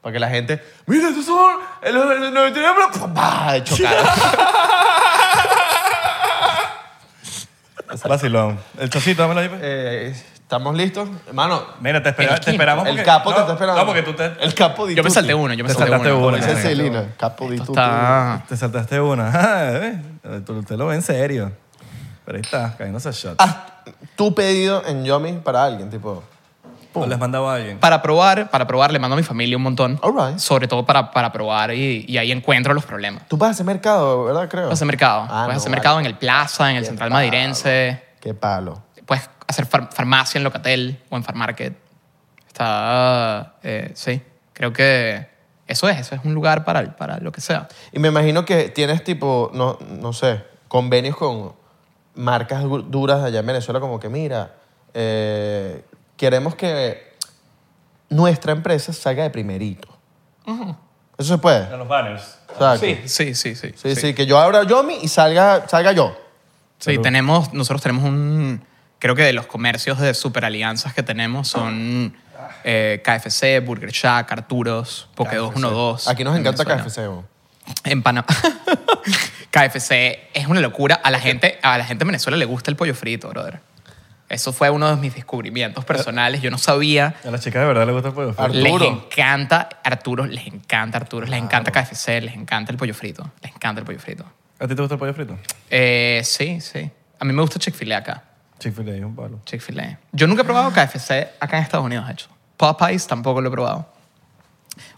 C: Para que la gente, mira, estos son el, el, el 99, pero ¡pah! de chocar.
B: Vacilón. El chocito, dámelo ahí. pues.
C: Eh, ¿Estamos listos? Hermano,
B: Mira, te, espera-
A: el
B: te
A: quinto.
B: esperamos.
C: el
B: porque-
C: capo te
B: no,
C: está esperando.
B: No, porque tú te,
C: El capo de
A: Yo me salté uno, yo me
B: Te
A: salté
B: saltaste
A: uno.
B: uno.
C: Dice Celina, capo de
A: Esto
C: tutti.
A: está...
B: te saltaste una. Ah, eh, tú- Usted lo ve en serio. Pero ahí está, cayéndose a shot.
C: Ah, tu pedido en Yomi para alguien, tipo.
B: ¿O Pues les mandaba a alguien?
A: Para probar, para probar le mando a mi familia un montón.
C: All right.
A: Sobre todo para, para probar y, y ahí encuentro los problemas.
C: Tú vas a hacer mercado, ¿verdad? Creo.
A: Puedes hacer mercado.
C: Ah,
A: puedes
C: no,
A: hacer
C: vale.
A: mercado en el Plaza, en el
C: Qué
A: Central
C: palo.
A: Madirense.
C: Qué palo.
A: Puedes hacer far- farmacia en Locatel o en Farmarket. Está... eh, sí, creo que Eso es, eso es un lugar para, el- para lo que sea.
C: Y me imagino que tienes tipo, no, no sé, convenios con marcas du- duras allá en Venezuela, como que mira, eh, queremos que nuestra empresa salga de primerito. Eso se puede.
B: los banners.
C: Exacto.
A: Sí, sí, sí, sí.
C: Sí, sí, que yo abra Yomi y salga, salga yo.
A: Sí, tenemos, nosotros tenemos un, creo que de los comercios de superalianzas que tenemos son eh, KFC, Burger Shack, Arturos, Poke 212.
C: Aquí nos
B: Mm,
A: en
C: encanta
A: Venezuela.
C: KFC. weón.
A: En Panamá. KFC es una locura. A la gente, a la gente en Venezuela le gusta el pollo frito, brother. Eso fue uno de mis descubrimientos personales. Yo no sabía.
B: A las chicas de verdad les gusta el pollo frito.
C: Arturo.
A: Les encanta Arturo, les encanta Arturo, les encanta KFC, les encanta el pollo frito. Les encanta el pollo frito.
B: ¿A ti te gusta el pollo frito?
A: Eh, sí, sí. A mí me gusta Chick-fil-A acá.
B: Chick-fil-A es un palo.
A: Chick-fil-A. Yo nunca he probado KFC acá en Estados Unidos, de hecho. Popeyes tampoco lo he probado.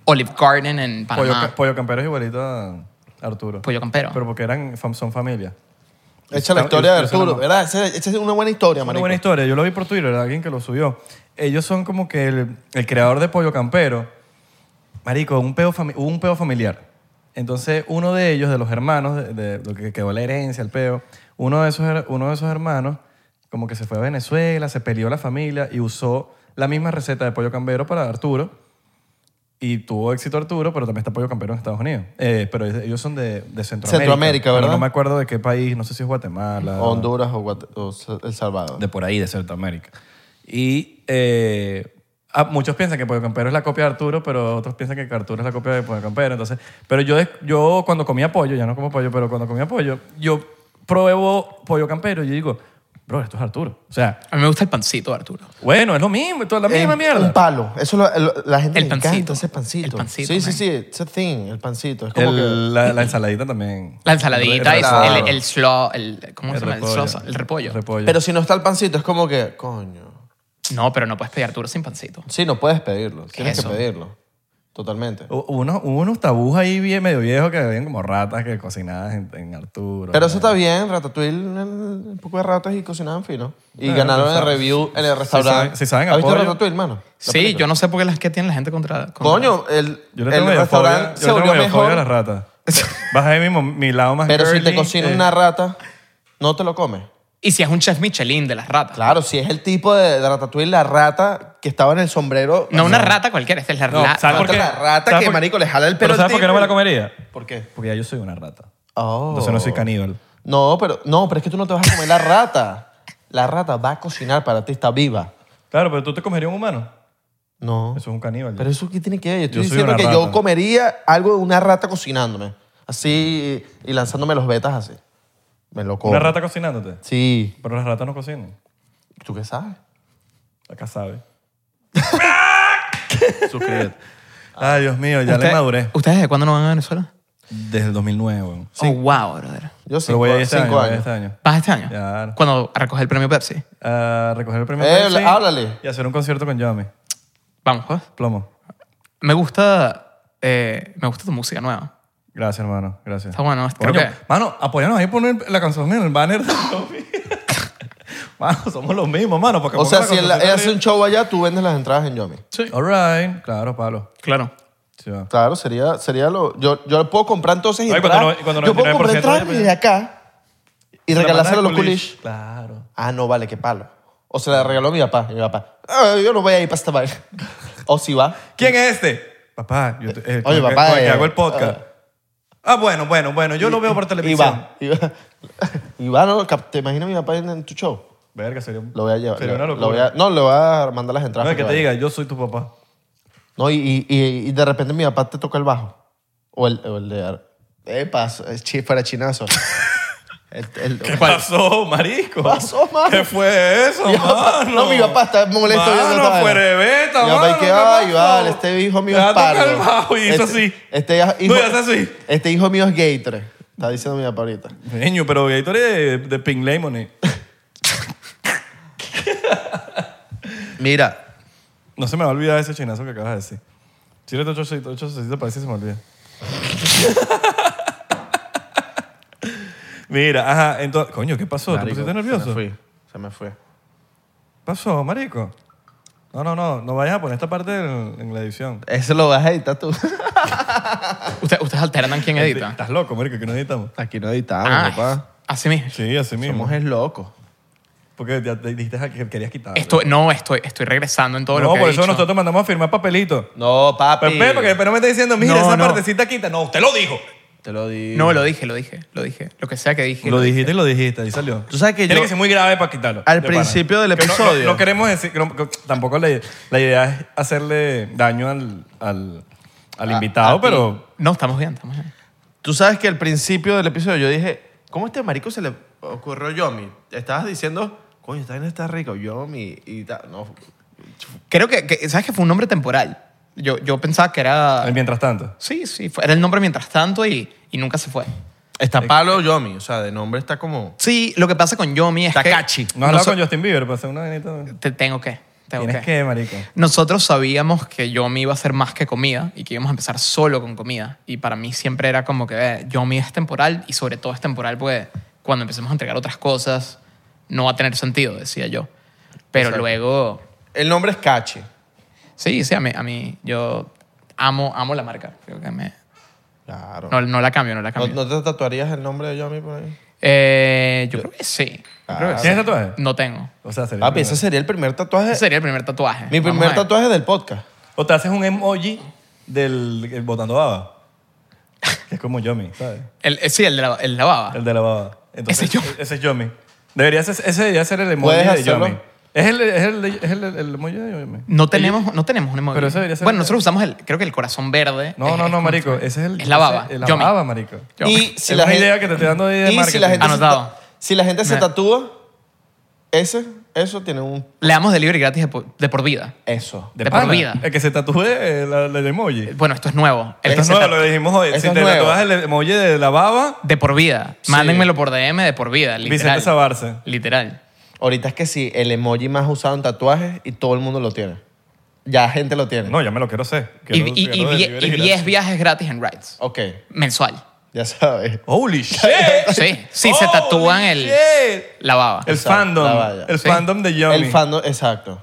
A: Olive Garden en
B: Pollo,
A: Panamá.
B: ca- pollo campero es igualito a Arturo.
A: Pollo campero.
B: Pero porque eran, fam- son familia.
C: Echa la
B: Está-
C: historia de
B: eso no
C: Arturo,
B: me-
C: ¿verdad? Esa esa es una buena historia,
B: Una
C: marico.
B: buena historia. Yo lo vi por Twitter, alguien que lo subió. Ellos son como que el, el creador de Pollo Campero. Marico, un peo fami- hubo un peo familiar. Entonces, uno de ellos, de los hermanos, de, de lo que quedó la herencia, el peo, uno de, esos, her- uno de esos hermanos como que se fue a Venezuela, se peleó la familia y usó la misma receta de Pollo Campero para Arturo. Y tuvo éxito Arturo, pero también está Pollo Campero en Estados Unidos. Eh, pero ellos son de, de Centroamérica.
C: Centroamérica,
B: Pero
C: ¿verdad?
B: No me acuerdo de qué país, no sé si es Guatemala.
C: Honduras o, Guate- o El Salvador.
B: de por ahí, de Centroamérica. Y eh, ah, muchos piensan que Pollo Campero es la copia de Arturo, pero otros piensan que Arturo es la copia de Pollo Campero. Entonces, pero yo, des- yo cuando comía pollo, ya no como pollo, pero cuando comía pollo, yo pruebo Pollo Campero y yo digo, bro, esto es Arturo. O sea,
A: A mí me gusta el pancito de Arturo.
B: bueno, es lo mismo, esto es la misma
C: Eh,
B: mierda.
C: Un palo. Eso lo- lo- la gente
A: El
C: le
A: pancito.
C: encanta ese pancito.
A: El pancito,
C: Sí, sí,
A: man.
C: sí. Ese thing, el pancito. Es como
B: El- la, la ensaladita también.
A: La ensaladita,
B: El-
A: es
C: claro.
A: el, el slaw, el, ¿cómo se llama? El, slow- el repollo.
C: que- pero si no está el pancito, es como que, coño.
A: No, pero no puedes pedir Arturo sin pancito.
C: Sí, no puedes pedirlo. Tienes
A: eso?
C: que pedirlo. Totalmente.
B: Hu- Hubo unos, hubo unos tabús ahí bien, medio viejos que habían como ratas que cocinadas en, en Arturo. Eh,
C: Pero eso está bien, Ratatouille, el- un poco de ratas y cocinaban fino. Y
B: Bueno,
C: ganaron
B: pero
C: el
B: sabe-
C: review en el
B: si
C: restaurante.
B: saben- si saben a
C: ¿Has visto
B: pollo?
C: Ratatouille, mano? La
A: Sí,
C: película.
A: yo no sé por qué las que tiene la gente contra. contra-
C: Coño, el,
B: Yo le
C: el
B: tengo medio fobia, yo
C: restaurante
B: le
C: se
B: tengo
C: volvió
B: medio fobia a
C: mejor.
B: las ratas. Vas a ver mi, mo- mi lado más
C: Pero si te
B: girly,
C: cocina
B: eh,
C: una rata, no te lo comes.
A: Y si es un chef Michelin de las ratas.
C: Claro, si es el tipo de, de Ratatouille, la rata que estaba en el sombrero.
A: No una rata cualquiera, esta es la
B: No,
A: la-
B: ¿sabes por
C: Falta
B: qué?
C: la rata
B: ¿Sabes
C: que,
B: por-
C: marico, le jala el pelo
B: ¿Pero
C: al
B: sabes por qué
C: tipo
B: no me
C: y-
B: la comería?
C: ¿Por qué?
B: Porque ya yo soy una rata.
C: Oh.
B: Entonces no soy caníbal.
C: No, pero, no, pero es que tú no te vas a comer la rata. La rata va a cocinar para ti, está viva.
B: Claro, pero tú te comerías un humano.
C: No.
B: Eso es un caníbal.
C: Pero eso, ¿qué tiene que ver? Yo estoy
B: Yo soy
C: diciendo
B: una
C: que yo
B: rata.
C: comería algo de una rata cocinándome. Así, y lanzándome los betas así. Me lo como.
B: una rata cocinándote.
C: Sí.
B: Pero las ratas no cocinan.
C: ¿Tú qué sabes?
B: Acá sabe. Suscríbete. Ay, Dios mío, ya le
A: ¿Ustedes-
B: maduré.
A: ¿Ustedes desde cuándo no van a Venezuela?
B: Desde el 2009, weón.
A: Oh, wow, brother.
C: Yo
B: Pero
C: cinco,
B: voy a ir este año.
C: cinco
B: voy a ir
C: años.
B: este año.
A: ¿Vas este año?
B: Claro.
A: Cuando recoges el premio Pepsi.
B: A recoger el premio.
C: Eh,
B: Pepsi
C: háblale.
B: Y hacer un concierto con Yami.
A: Vamos, pues.
B: Plomo.
A: Me gusta, eh, me gusta tu música nueva.
B: Gracias, hermano. Gracias.
A: Está bueno, creo
B: Coño,
A: que-
B: Mano, apóyanos ahí poner la canción en el banner. de Lofi. mano, somos los mismos, mano. porque
C: O sea,
B: pongan
C: si
B: la
C: él,
B: canción
C: él
B: arriba.
C: hace un show allá, tú vendes las entradas en Yomi.
A: Sí.
B: All right. Claro, Pablo.
A: Claro.
B: Sí, va.
C: Claro, sería, sería lo. Yo, yo puedo comprar entonces y
B: Ay, cuando
C: entrar-
B: no- cuando
C: yo puedo
B: 99%
C: comprar entradas
B: vaya,
C: desde acá y
B: pues Se la
C: regalárselo a
B: mandas
C: los
B: a
C: coolish.
B: Claro.
C: Ah, no, vale, qué palo. O se la regaló a mi papá. Y mi papá, "Ah, yo no voy a ir para esta vaina. o si va.
B: ¿Quién es este? Papá. Yo te- eh,
C: Oye,
B: con el que-
C: papá,
B: con el que
C: eh,
B: hago el podcast. Ah, bueno, bueno, bueno. Yo lo veo por
C: Y
B: televisión.
C: va. Y va, y va no, cap- ¿te imaginas a mi papá en, en tu show?
B: Verga, sería un...
C: Lo voy a llevar.
B: Sería
C: lo-
B: una
C: lo
B: locura.
C: voy a- no, le voy a mandar las entradas.
B: No, es que
C: para
B: te
C: vaya.
B: diga, yo soy tu papá.
C: No, y, y, y de repente mi papá te toca el bajo. O el, o el de. ar- Epa, es chi- para chinazo. el, el-
B: ¿Qué pasó, marisco? ¿Qué
C: pasó, mano?
B: ¿Qué fue eso,
C: Mi papá-
B: mano?
C: no, mi papá está molesto viendo esta
B: Mano,
C: vaina.
B: fue de beta,
C: Mi
B: mano.
C: papá, y que,
B: ¿qué
C: ay,
B: pasó?
C: vale, este hijo mío
B: Le va
C: es
B: a tocar
C: pardo.
B: el bajo y hizo
C: Este-
B: así.
C: Este hijo,
B: No, y hace así.
C: Este hijo mío es Gator. Está diciendo mi papá ahorita.
B: Niño, pero Gatorade de, de Pink Lemonade.
C: Mira,
B: No se me va a olvidar ese chinazo que acabas de decir. Chile 886 parece que se me olvida. Mira, ajá, entonces... Coño, ¿qué pasó? ¿Te pusiste nervioso?
C: Se me fue. Se me fue.
B: ¿Qué pasó, marico? No, no, no. No vayas a poner esta parte en, en la edición.
C: Eso lo vas a editar tú.
A: Ustedes, ustedes alternan quién edita.
B: Estás loco, marico, que no editamos.
C: Aquí no editamos,
A: Ah,
C: papá.
A: así mismo.
B: Sí, así mismo.
C: Somos es loco.
B: Porque ya te dijiste que querías quitar.
A: Estoy, no, estoy, estoy regresando en todo
B: no,
A: lo que he
B: por eso
A: dicho.
B: nosotros mandamos a firmar papelito.
C: No, papi.
B: Pepe, porque Pepe no me está diciendo, mira,
A: No,
B: esa
A: no.
B: partecita quita. No, usted lo dijo.
C: Te lo digo.
A: No, lo dije, lo dije, lo dije. Lo que sea que dije.
B: Lo dijiste y lo dijiste, ahí salió.
C: Tú sabes que
B: Tiene
C: yo-
B: que ser muy grave para quitarlo.
C: Al
B: de pana.
C: principio del
B: Que no- no-
C: episodio.
B: No, queremos decir, que no- que tampoco la, la idea es hacerle daño al, al, al
C: A-
B: invitado,
C: a ti.
B: pero
A: No, estamos bien, estamos bien.
C: Tú sabes que al principio del episodio yo dije, ¿cómo este marico se le ocurrió Yomi? Estabas diciendo, coño, esta vaina está rico, Yomi. Y tal. No,
A: Creo que, que- ¿sabes que fue un nombre temporal? Yo, yo pensaba que era...
B: el mientras tanto.
A: Sí, sí, fue- era el nombre mientras tanto y, y nunca se fue.
C: está palo Yomi. O sea, de nombre está como...
A: Sí, lo que pasa con Yomi es
C: Takashi.
A: que...
B: No has hablado
A: Noso-
B: con Justin Bieber para hacer una vainita.
A: Te tengo que, tengo
B: Tienes
A: que.
B: que, marico.
A: Nosotros sabíamos que Yomi iba a ser más que comida y que íbamos a empezar solo con comida. Y para mí siempre era como que eh, Yomi es temporal y sobre todo es temporal porque cuando empecemos a entregar otras cosas no va a tener sentido, decía yo. Pero
C: Exacto.
A: luego...
C: El nombre es Cachi.
A: Sí, sí, a mí, a mí yo amo, amo la marca. Creo que me-
C: Claro.
A: no, no la cambio, no la
C: ¿No,
A: cambio.
C: no te tatuarías el nombre de Yomi por ahí?
A: Eh, yo, creo que sí. Yo creo que sí.
B: ¿Tienes tatuaje?
A: No tengo.
B: O sea, sería
C: Papi, ese sería el primer tatuaje.
A: Ese sería el primer tatuaje.
C: Eh, Mi
A: Vamos a
C: primer
A: ver.
C: tatuaje del podcast.
B: O te haces un emoji del el botando baba. Que es como Yomi, ¿sabes?
A: El, eh, sí, el de la, el de la baba.
B: El de la baba.
A: Ese
B: Entonces,
A: es Yomi.
B: Ese es Yomi. Debería ser, ese debería ser el emoji
C: ¿Puedes
B: de
C: hacerlo?
B: Yomi. Es el, es el, es el, el emoji de Yomi.
A: No tenemos, no tenemos un emoji.
B: Pero ese debería ser-
A: bueno, nosotros usamos el, creo que el corazón verde.
B: No,
A: Es-
B: no,
A: es
B: no,
A: como-
B: marico. Ese es el.
A: Es la baba.
B: ese- Es la
A: Yomi.
B: baba, marico.
A: Yomi.
C: Y si
B: Es
C: la
B: una
C: gente,
B: idea que te estoy dando ahí de
C: y si
B: marketing.
C: la gente, se,
A: Anotado.
C: ta- si la gente se
A: Me-
C: tatúa, ese, eso tiene un...
A: Le damos delivery gratis de por, de por vida.
C: Eso.
A: De por
B: pana.
A: vida.
B: El que se tatúe el, el emoji.
A: Bueno, esto es nuevo. El
B: Esto
A: que
B: es
A: se
B: nuevo,
A: tatu-
B: lo dijimos hoy.
C: Eso
B: Si
C: es
B: te
C: nuevo.
B: tatúas el emoji de la baba,
A: De por vida. Mándenmelo por DM de por vida. Literal.
B: Vicente Sabarce.
A: Literal.
C: Ahorita es que sí, el emoji más usado en tatuajes y todo el mundo lo tiene. Ya gente lo tiene.
B: No, ya me lo quiero hacer.
A: Y,
B: Quiero-
A: y-
B: quiero
A: y die-
B: delivery
A: y
B: gratis.
A: 10 viajes gratis en rides.
C: Ok,
A: Mensual.
C: ya sabes.
B: ¡Holy shit!
A: Sí, sí, se
B: Holy
A: tatúan el-
B: shit.
A: La baba.
B: El
C: Exacto, la
B: fandom.
C: valla.
B: El
A: Sí.
B: fandom de Yomi.
C: El fandom, exacto.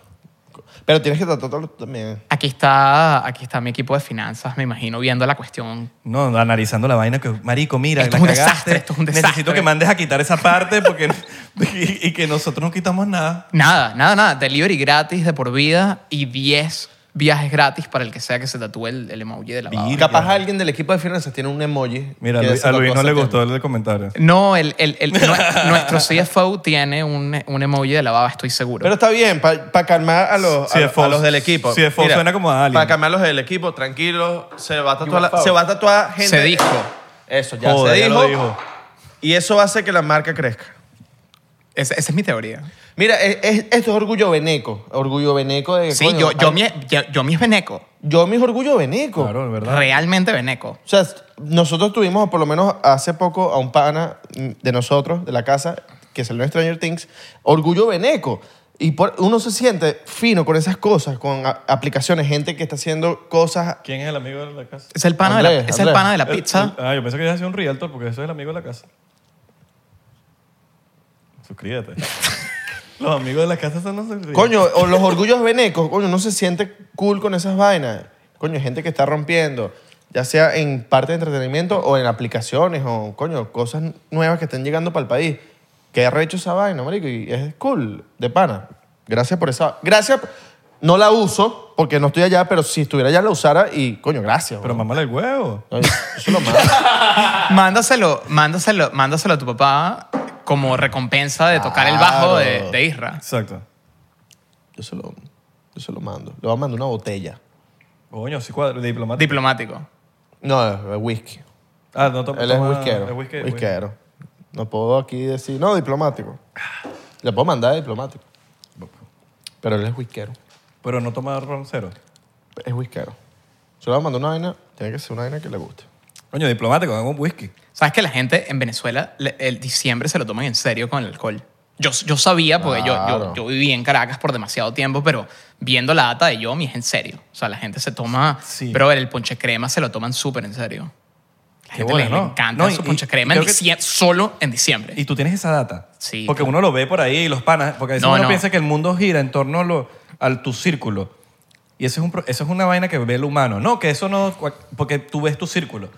C: Pero tienes que tatuarlo también.
A: Aquí está, aquí está mi equipo de finanzas, me imagino, viendo la cuestión.
B: No, analizando la vaina que, marico, mira,
A: Esto
B: la
A: es un
B: cagaste.
A: desastre, esto es un
B: Necesito
A: desastre.
B: que mandes a quitar esa parte porque, y, y que nosotros no quitamos nada.
A: Nada, nada, nada. Delivery gratis de por vida y 10 viajes gratis para el que sea que se tatúe el, el emoji de la baba.
B: Vir-
C: Capaz alguien del equipo de finanzas tiene un emoji.
B: Mira, a
C: que
B: Luis,
C: se
B: a Luis
C: tatúa
B: no le
C: Santiago.
B: gustó el comentario.
A: No, el, el- el- nue- nuestro CFO tiene un, un emoji de la baba, estoy seguro.
C: Pero está bien, para calmar a los, a-
B: CFO.
C: a los del equipo.
B: CFO suena como a alien.
C: Para calmar a los del equipo, tranquilos. Se va a tatuar, la- se va a tatuar gente.
A: Se dijo.
C: Eso, ya
B: Joder,
C: se
B: ya
C: dijo,
B: lo dijo.
C: Y eso hace que la marca crezca.
A: Esa- esa es mi teoría.
C: Mira, es- es- esto es orgullo veneco. Orgullo veneco de.
A: Sí,
C: coño,
A: yo, yo,
C: ay,
A: mi, yo, yo mi es veneco.
C: Yomi es orgullo veneco.
B: Claro, de verdad.
A: Realmente veneco.
C: O sea, nosotros tuvimos, por lo menos hace poco, a un pana mm, de nosotros, de la casa, que salió en Stranger Things, Orgullo Veneco. Y por- uno se siente fino con esas cosas, con a- aplicaciones, gente que está haciendo cosas.
B: ¿Quién es el amigo de la casa?
A: Es el pana, de, la,
C: Andrés,
A: es el
C: Andrés.
A: pana de la pizza.
B: El- el- ah, yo pensé que ya hacía un realtor porque eso es el amigo de la casa. Suscríbete. los amigos de la casa son los suscritos.
C: Coño, o los orgullos venecos, coño, uno se siente cool con esas vainas. Coño, gente que está rompiendo, ya sea en parte de entretenimiento o en aplicaciones o, coño, cosas nuevas que estén llegando para el país. Que ha rehecho esa vaina, marico, y es cool, de pana. Gracias por esa. Gracias. No la uso porque no estoy allá, pero si estuviera allá la usara y, coño, gracias.
B: Pero
C: weón.
B: mamá el huevo.
C: No, Eso es lo malo.
A: Mándaselo, mándaselo, mándaselo a tu papá como recompensa de tocar el bajo de,
C: Claro.
A: de Isra.
B: Exacto.
C: Yo se lo, yo se lo mando. Le voy a mandar una botella.
B: Coño, sí cuadro, diplomático.
A: Diplomático.
C: No, es whisky.
B: ah, no, to-
C: Él es
B: toma- pues.
C: whiskero.
B: Es whiskero.
C: Whiskero. No puedo aquí decir, no, diplomático. Le puedo mandar diplomático. Pero él es whiskero.
B: Pero no toma ron cero.
C: Es whiskero. Se le voy a mandar una vaina, tiene que ser una vaina que le guste.
B: Coño, diplomático, hago un whisky.
A: ¿Sabes que la gente en Venezuela le- el diciembre se lo toman en serio con el alcohol? Yo, yo sabía, porque yo- yo, yo,
C: Claro.
A: viví en Caracas por demasiado tiempo, pero viendo la data de Yomi es en serio. O sea, la gente se toma...
B: Sí.
A: Pero el ponche crema se lo toman súper en serio. La gente le- le, encanta
B: No,
A: esos
B: y-
A: ponches
B: y
A: crema en
B: creo que-
A: diciem- solo en diciembre.
B: Y tú tienes esa data.
A: Sí,
B: Porque
A: claro.
B: uno lo ve por ahí y los panas. Porque a veces
A: No,
B: uno
A: no.
B: piensa que el mundo gira en torno a, lo- a tu círculo. Y eso es, un, pro- eso es una vaina que ve el humano. No, que eso no. Porque tú ves tu círculo.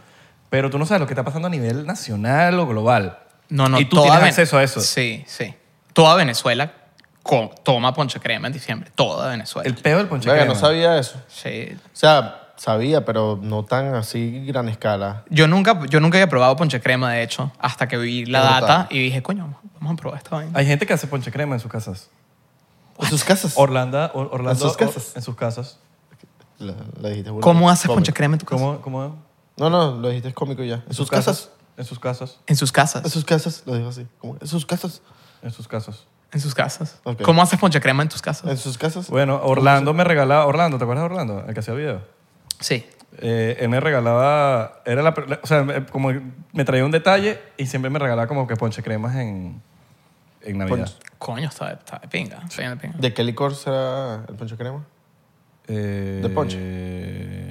B: Pero tú no sabes lo que está pasando a nivel nacional o global.
A: No, no,
B: Y tú
A: toda
B: tienes
A: Ven-
B: acceso a eso.
A: Sí, sí. Toda Venezuela co- toma ponche crema en diciembre. Toda Venezuela.
B: El peo del ponche
C: Verga,
B: crema.
C: no sabía eso.
A: Sí.
C: O sea, sabía, pero no tan así gran escala.
A: Yo nunca, yo nunca había probado ponche crema, de hecho, hasta que vi la
C: Qué
A: data
C: brutal.
A: y dije, coño, vamos- vamos a probar esta vaina.
B: Hay gente que hace ponche crema en sus casas.
C: En sus casas.
B: Orlando, Or- Orlando.
C: sus
B: Or-
C: casas?
B: En sus casas.
C: La- la dijiste burda.
A: ¿Cómo haces
C: Cómico.
A: ponche crema en tu casa?
B: ¿Cómo, cómo en
C: No, no, lo dijiste es cómico ya. En sus casas.
B: En sus casas.
A: En sus casas.
C: En sus casas, lo dijo así. como, En sus casas.
B: En sus casas.
A: En sus casas.
C: Ok.
A: ¿Cómo haces ponche crema en tus casas?
C: En sus casas.
B: Bueno, Orlando me regalaba. Orlando, ¿te acuerdas de Orlando? El que hacía el video.
A: Sí.
B: Eh, él me regalaba, era la, o sea, me- como me traía un detalle y siempre me regalaba como que ponche cremas en, en Navidad.
A: Coño, está, está de pinga. está bien de pinga.
C: ¿De qué licor será el poncho crema?
B: Eh,
C: ¿De ponche?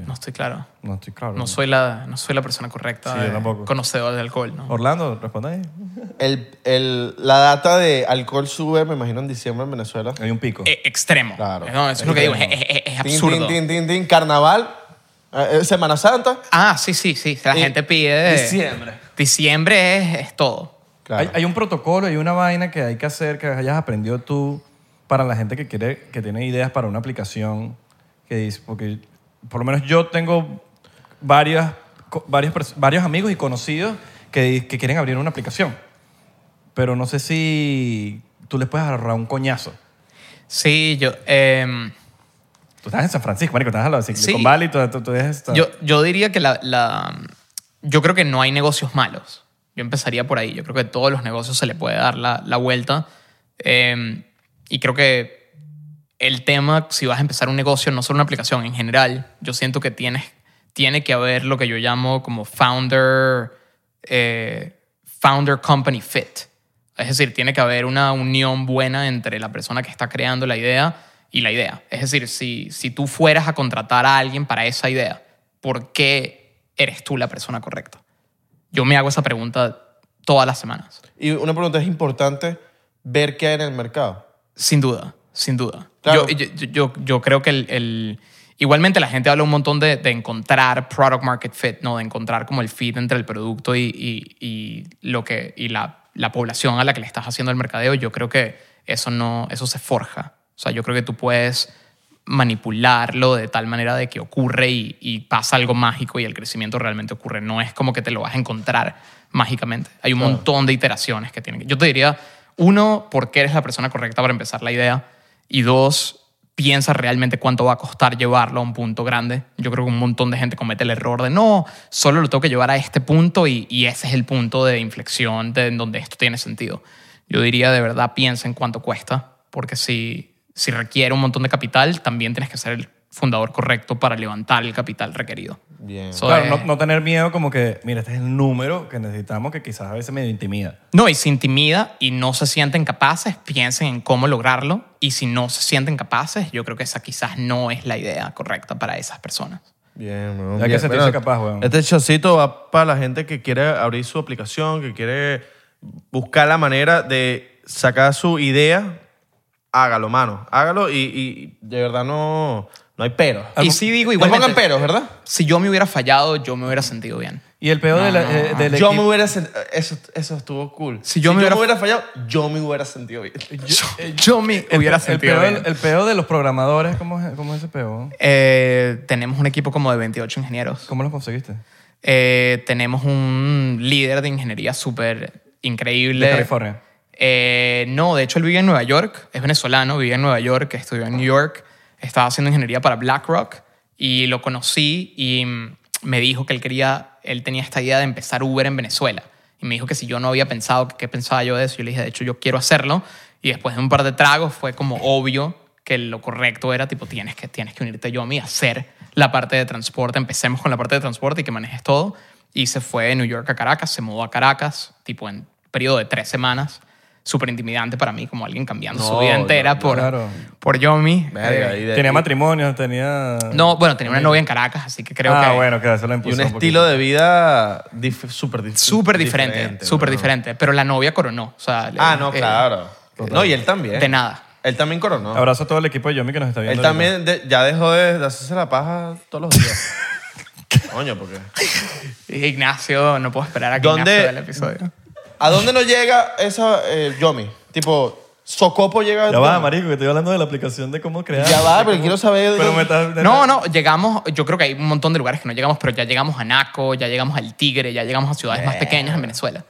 A: No estoy claro.
B: No estoy claro.
A: No soy la, no soy la persona correcta,
B: Sí, yo
A: de-
B: tampoco.
A: conocedora de alcohol. ¿no?
B: Orlando, responde ahí.
C: El, el, la data de alcohol sube, me imagino, en diciembre en Venezuela.
B: Hay un pico.
A: Eh, extremo.
C: Claro.
A: No, eso es lo que digo. Es,
C: Extremo.
A: es- es- es
C: Tin,
A: absurdo.
C: tin, tin, tin, tin. Carnaval, eh, eh, Semana Santa.
A: Ah, sí, sí, sí. La
C: Y-
A: gente pide.
B: diciembre.
A: Diciembre es, es todo.
C: Claro.
B: Hay, hay un protocolo, hay una vaina que hay que hacer que hayas aprendido tú para la gente que quiere, que tiene ideas para una aplicación que dice, porque por lo menos yo tengo varias, co- varios, pers- varios amigos y conocidos que, di- que quieren abrir una aplicación, pero no sé si tú les puedes agarrar un coñazo.
A: Sí, yo. em,
B: Tú estás en San Francisco, marico, estás al lado de Silicon
A: Sí.
B: Valley, tú, tú- tú eres-
A: yo, yo diría que la, la- Yo creo que no hay negocios malos. Yo empezaría por ahí. Yo creo que a todos los negocios se le puede dar la, la vuelta. Em, y creo que el tema, si vas a empezar un negocio, no solo una aplicación, en general, yo siento que tienes, tiene que haber lo que yo llamo como founder, eh, founder company fit. Es decir, tiene que haber una unión buena entre la persona que está creando la idea y la idea. Es decir, si, si tú fueras a contratar a alguien para esa idea, ¿por qué eres tú la persona correcta? Yo me hago esa pregunta todas las semanas.
C: Y una pregunta es importante, ver qué hay en el mercado.
A: Sin duda, sin duda.
C: Claro.
A: Yo, yo, yo- yo creo que el, el- Igualmente la gente habla un montón de, de encontrar product market fit, ¿no? De encontrar como el fit entre el producto y, y- y lo que, y la, la población a la que le estás haciendo el mercadeo. Yo creo que eso, no, eso se forja. O sea, yo creo que tú puedes manipularlo de tal manera de que ocurre y, y pasa algo mágico y el crecimiento realmente ocurre. No es como que te lo vas a encontrar mágicamente. Hay un montón de iteraciones que tienen. que- Yo te diría, uno, porque eres la persona correcta para empezar la idea. Y dos, piensa realmente cuánto va a costar llevarlo a un punto grande. Yo creo que un montón de gente comete el error de no, solo lo tengo que llevar a este punto y, y ese es el punto de inflexión de- en donde esto tiene sentido. Yo diría de verdad piensa en cuánto cuesta, porque si, si requiere un montón de capital, también tienes que ser el fundador correcto para levantar el capital requerido.
C: Bien.
A: So,
B: Claro,
A: eh,
B: no, no tener miedo como que, mira, este es el número que necesitamos que quizás a veces me intimida.
A: No, y si intimida y no se sienten capaces, piensen en cómo lograrlo. Y si no se sienten capaces, yo creo que esa quizás no es la idea correcta para esas personas.
C: Bien,
B: Hay que sentirse capaz, weón.
C: Este chocito va para la gente que quiere abrir su aplicación, que quiere buscar la manera de sacar su idea. Hágalo, mano. Hágalo y, y de verdad no, no hay pero.
A: Y sí digo
C: No
A: igualmente-
C: pongan peros, ¿verdad?
A: Si yo me hubiera fallado, yo me hubiera sentido bien.
B: Y el peor de la- eh, del
C: Yo
B: equipo-
C: me hubiera sent- Eso, eso estuvo cool.
A: Si yo me hubiera-
C: fallado, yo me hubiera sentido bien.
A: Yo, yo me
B: El,
A: hubiera
B: eh, el
A: sentido
B: peo,
A: bien.
B: el peo de los programadores, ¿cómo es, cómo es ese peo?
A: Eh, tenemos un equipo como de 28 ingenieros.
B: ¿Cómo lo conseguiste?
A: Eh, tenemos un líder de ingeniería súper increíble.
B: De California.
A: Eh, no, de hecho él vive en Nueva York, es venezolano, vive en Nueva York, estudió en New York, estaba haciendo ingeniería para BlackRock y lo conocí y mm, me dijo que él quería, él tenía esta idea de empezar Uber en Venezuela. Y me dijo que si yo no había pensado, que qué pensaba yo de eso. Yo le dije, de hecho, yo quiero hacerlo. Y después de un par de tragos fue como obvio que lo correcto era, tipo, tienes que, tienes que unirte yo a mí, hacer la parte de transporte. Empecemos con la parte de transporte y que manejes todo. Y se fue de New York a Caracas, se mudó a Caracas, tipo, en periodo de tres semanas súper intimidante para mí, como alguien cambiando su
B: No,
A: vida
B: yo-
A: entera por,
B: claro.
A: por Yomi.
C: Verga,
A: Eh,
C: y de-
B: Tenía matrimonio, tenía...
A: no, bueno, tenía una novia en Caracas, así que creo
B: ah,
A: que
B: bueno, claro, eso lo
C: Y un
B: impulsó un
C: estilo de vida dif- súper dif-
A: súper diferente, súper
C: ¿no?
A: diferente. Pero la novia coronó. O sea, le-
C: Ah, no,
A: eh,
C: claro. No, y él también.
A: De nada.
C: Él también coronó.
B: poquito. Abrazo a todo el equipo de Yomi que nos está viendo.
C: él
B: ahorita.
C: también de- ya dejó de, de hacerse la paja todos los días. Coño, porque...
A: Ignacio, no puedo esperar a que
C: ¿Dónde-
A: Ignacio vea el episodio.
C: ¿A dónde nos llega esa eh, Yomi? Tipo, Socopo llega...
B: Ya va,
C: Yomi.
B: marico, que estoy hablando de la aplicación de cómo crear.
C: Ya va, pero quiero saber...
B: Pero me estás...
A: No, no, llegamos, yo creo que hay un montón de lugares que no llegamos, pero ya llegamos a Naco, ya llegamos al Tigre, ya llegamos a ciudades más pequeñas en Venezuela.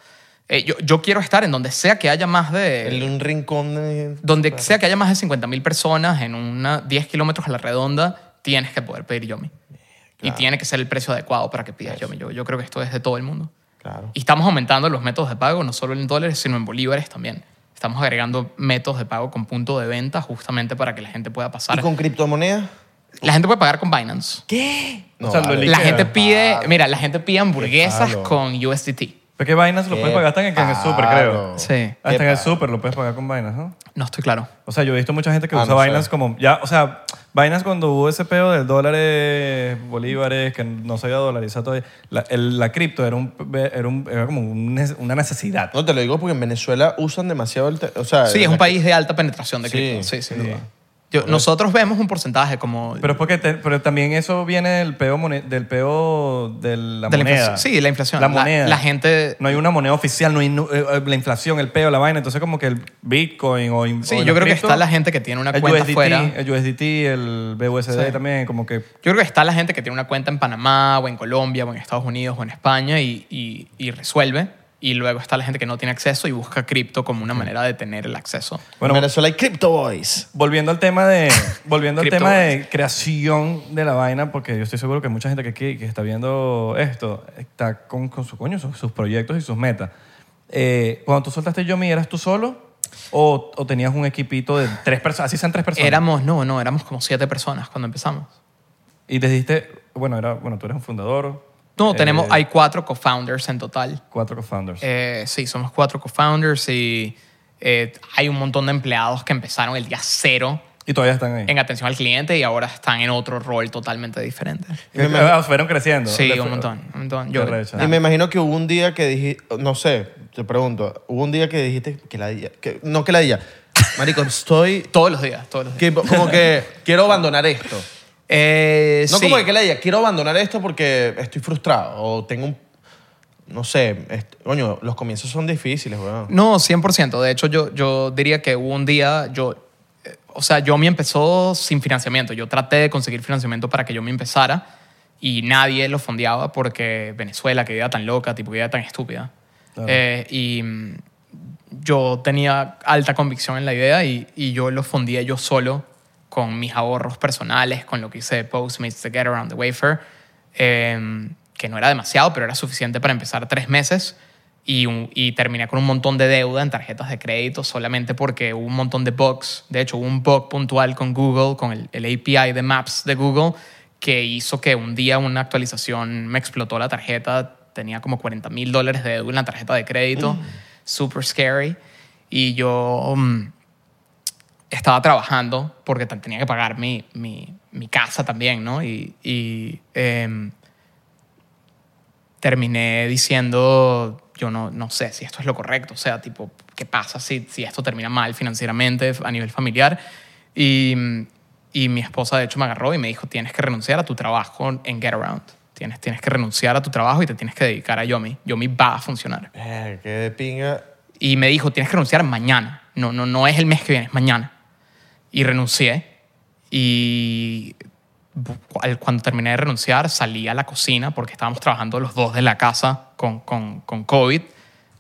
A: Eh, yo, yo quiero estar en donde sea que haya más de...
C: En un rincón de...
A: donde sea que haya más de 50.000 personas en una 10 kilómetros a la redonda, tienes que poder pedir Yomi. Y tiene que ser el precio adecuado para que pidas Yomi. Yo, yo creo que esto es de todo el mundo.
C: Claro.
A: Y estamos aumentando los métodos de pago, no solo en dólares, sino en bolívares también. Estamos agregando métodos de pago con punto de venta justamente para que la gente pueda pasar.
C: ¿Y con criptomonedas?
A: La gente puede pagar con Binance.
B: O sea, lo
C: vale.
B: Ikea.
A: La gente pide, mira, la gente pide hamburguesas con USDT.
B: Pero que Binance lo puedes pagar hasta en, en el super, creo.
C: Eh, Claro.
A: Sí.
B: Hasta en
C: Epa.
B: el super lo puedes pagar con Binance, ¿no?
A: No estoy claro.
B: O sea, yo he visto mucha gente que
C: Ah,
B: usa
C: no sé.
B: Binance como... Ya, o sea, Binance cuando hubo ese peo del dólares, bolívares, que no se había dolarizado todavía, la, el- la cripto era, un, era, un- era como un ne- una necesidad.
C: No, te lo digo porque en Venezuela usan demasiado el... te- O sea,
A: Sí, es
C: la-
A: un país de alta penetración de
C: Sí,
A: cripto. Sí, sin duda. Yo- nosotros vemos un porcentaje como...
B: Pero, es porque te- pero también eso viene del peo, mone- del peo de la,
A: de la
B: moneda.
A: inflación. Sí, la inflación.
B: La moneda.
A: La, gente...
B: No hay una moneda oficial, no hay nu- eh, eh, la inflación, el peo, la vaina. Entonces, como que el Bitcoin o. in-
A: sí,
B: o
A: yo
B: los
A: creo que
B: cripto,
A: está la gente que tiene una
B: el
A: cuenta
B: USDT,
A: fuera.
B: El USDT, el BUSD también, como que.
A: Yo creo que está la gente que tiene una cuenta en Panamá o en Colombia o en Estados Unidos o en España y, y- y resuelve. Y luego está la gente que no tiene acceso y busca cripto como una manera de tener el acceso.
B: Bueno,
C: en Venezuela hay Crypto Boys.
B: volviendo al tema de. volviendo al
A: Cripto
B: tema de creación de la vaina, porque yo estoy seguro que mucha gente que, aquí- que está viendo esto está con, con su coño, sus, sus proyectos y sus metas. Eh, cuando tú soltaste Yomi, ¿eras tú solo? ¿O, o tenías un equipito de tres personas? Así sean tres personas.
A: Éramos, no, no, éramos como siete personas cuando empezamos.
B: Y te diste, bueno, era, bueno, tú eres un fundador.
A: No,
B: eh,
A: tenemos, hay cuatro co-founders en total.
B: Cuatro co-founders.
A: Eh, sí, somos cuatro co-founders y eh, hay un montón de empleados que empezaron el día cero
B: y todavía están ahí. Eh,
A: en atención al cliente y ahora están en otro rol totalmente diferente.
B: Que- ah, fueron creciendo.
A: Sí,
B: Le-
A: un montón, un montón. Yo-
B: Qué recha.
A: Ah.
C: Y me imagino que hubo un día que dijiste, no sé, te pregunto, hubo un día que dijiste que la día, que, no que la día, marico, estoy,
A: Todos los días, todos los días.
C: que- como que quiero abandonar esto.
A: Eh,
C: No
A: sí.
C: como de que la día, quiero abandonar esto porque estoy frustrado o tengo un, no sé, est- coño, los comienzos son difíciles, weón.
A: No, 100%. De hecho, yo, yo diría que hubo un día, yo, eh, o sea, yo me empezó sin financiamiento. Yo traté de conseguir financiamiento para que yo me empezara y nadie lo fondeaba porque Venezuela, que idea tan loca, tipo, qué idea tan estúpida. Eh, y mm, yo tenía alta convicción en la idea y, y yo lo fundía yo solo con mis ahorros personales, con lo que hice de Postmates, The Get Around the Wafer, eh, que no era demasiado, pero era suficiente para empezar tres meses y, un- y terminé con un montón de deuda en tarjetas de crédito solamente porque hubo un montón de bugs. De hecho, hubo un bug puntual con Google, con el, el API de Maps de Google, que hizo que un día una actualización me explotó la tarjeta, tenía como 40 mil dólares de deuda en la tarjeta de crédito, super scary, y yo mm, estaba trabajando porque t- tenía que pagar mi, mi, mi casa también, ¿no? Y, y, em, terminé diciendo, yo no, no sé si esto es lo correcto, o sea, tipo, ¿qué pasa si, si esto termina mal financieramente a nivel familiar? Y, y mi esposa, de hecho, me agarró y me dijo, tienes que renunciar a tu trabajo en Get Around. Tienes, tienes que renunciar a tu trabajo y te tienes que dedicar a Yomi. Yomi va a funcionar.
C: Eh, qué de pinga.
A: Y me dijo, tienes que renunciar mañana. No, no, no es el mes que viene, es mañana. Y renuncié. Y bu- al- cuando terminé de renunciar, salí a la cocina porque estábamos trabajando los dos de la casa con, con, con COVID,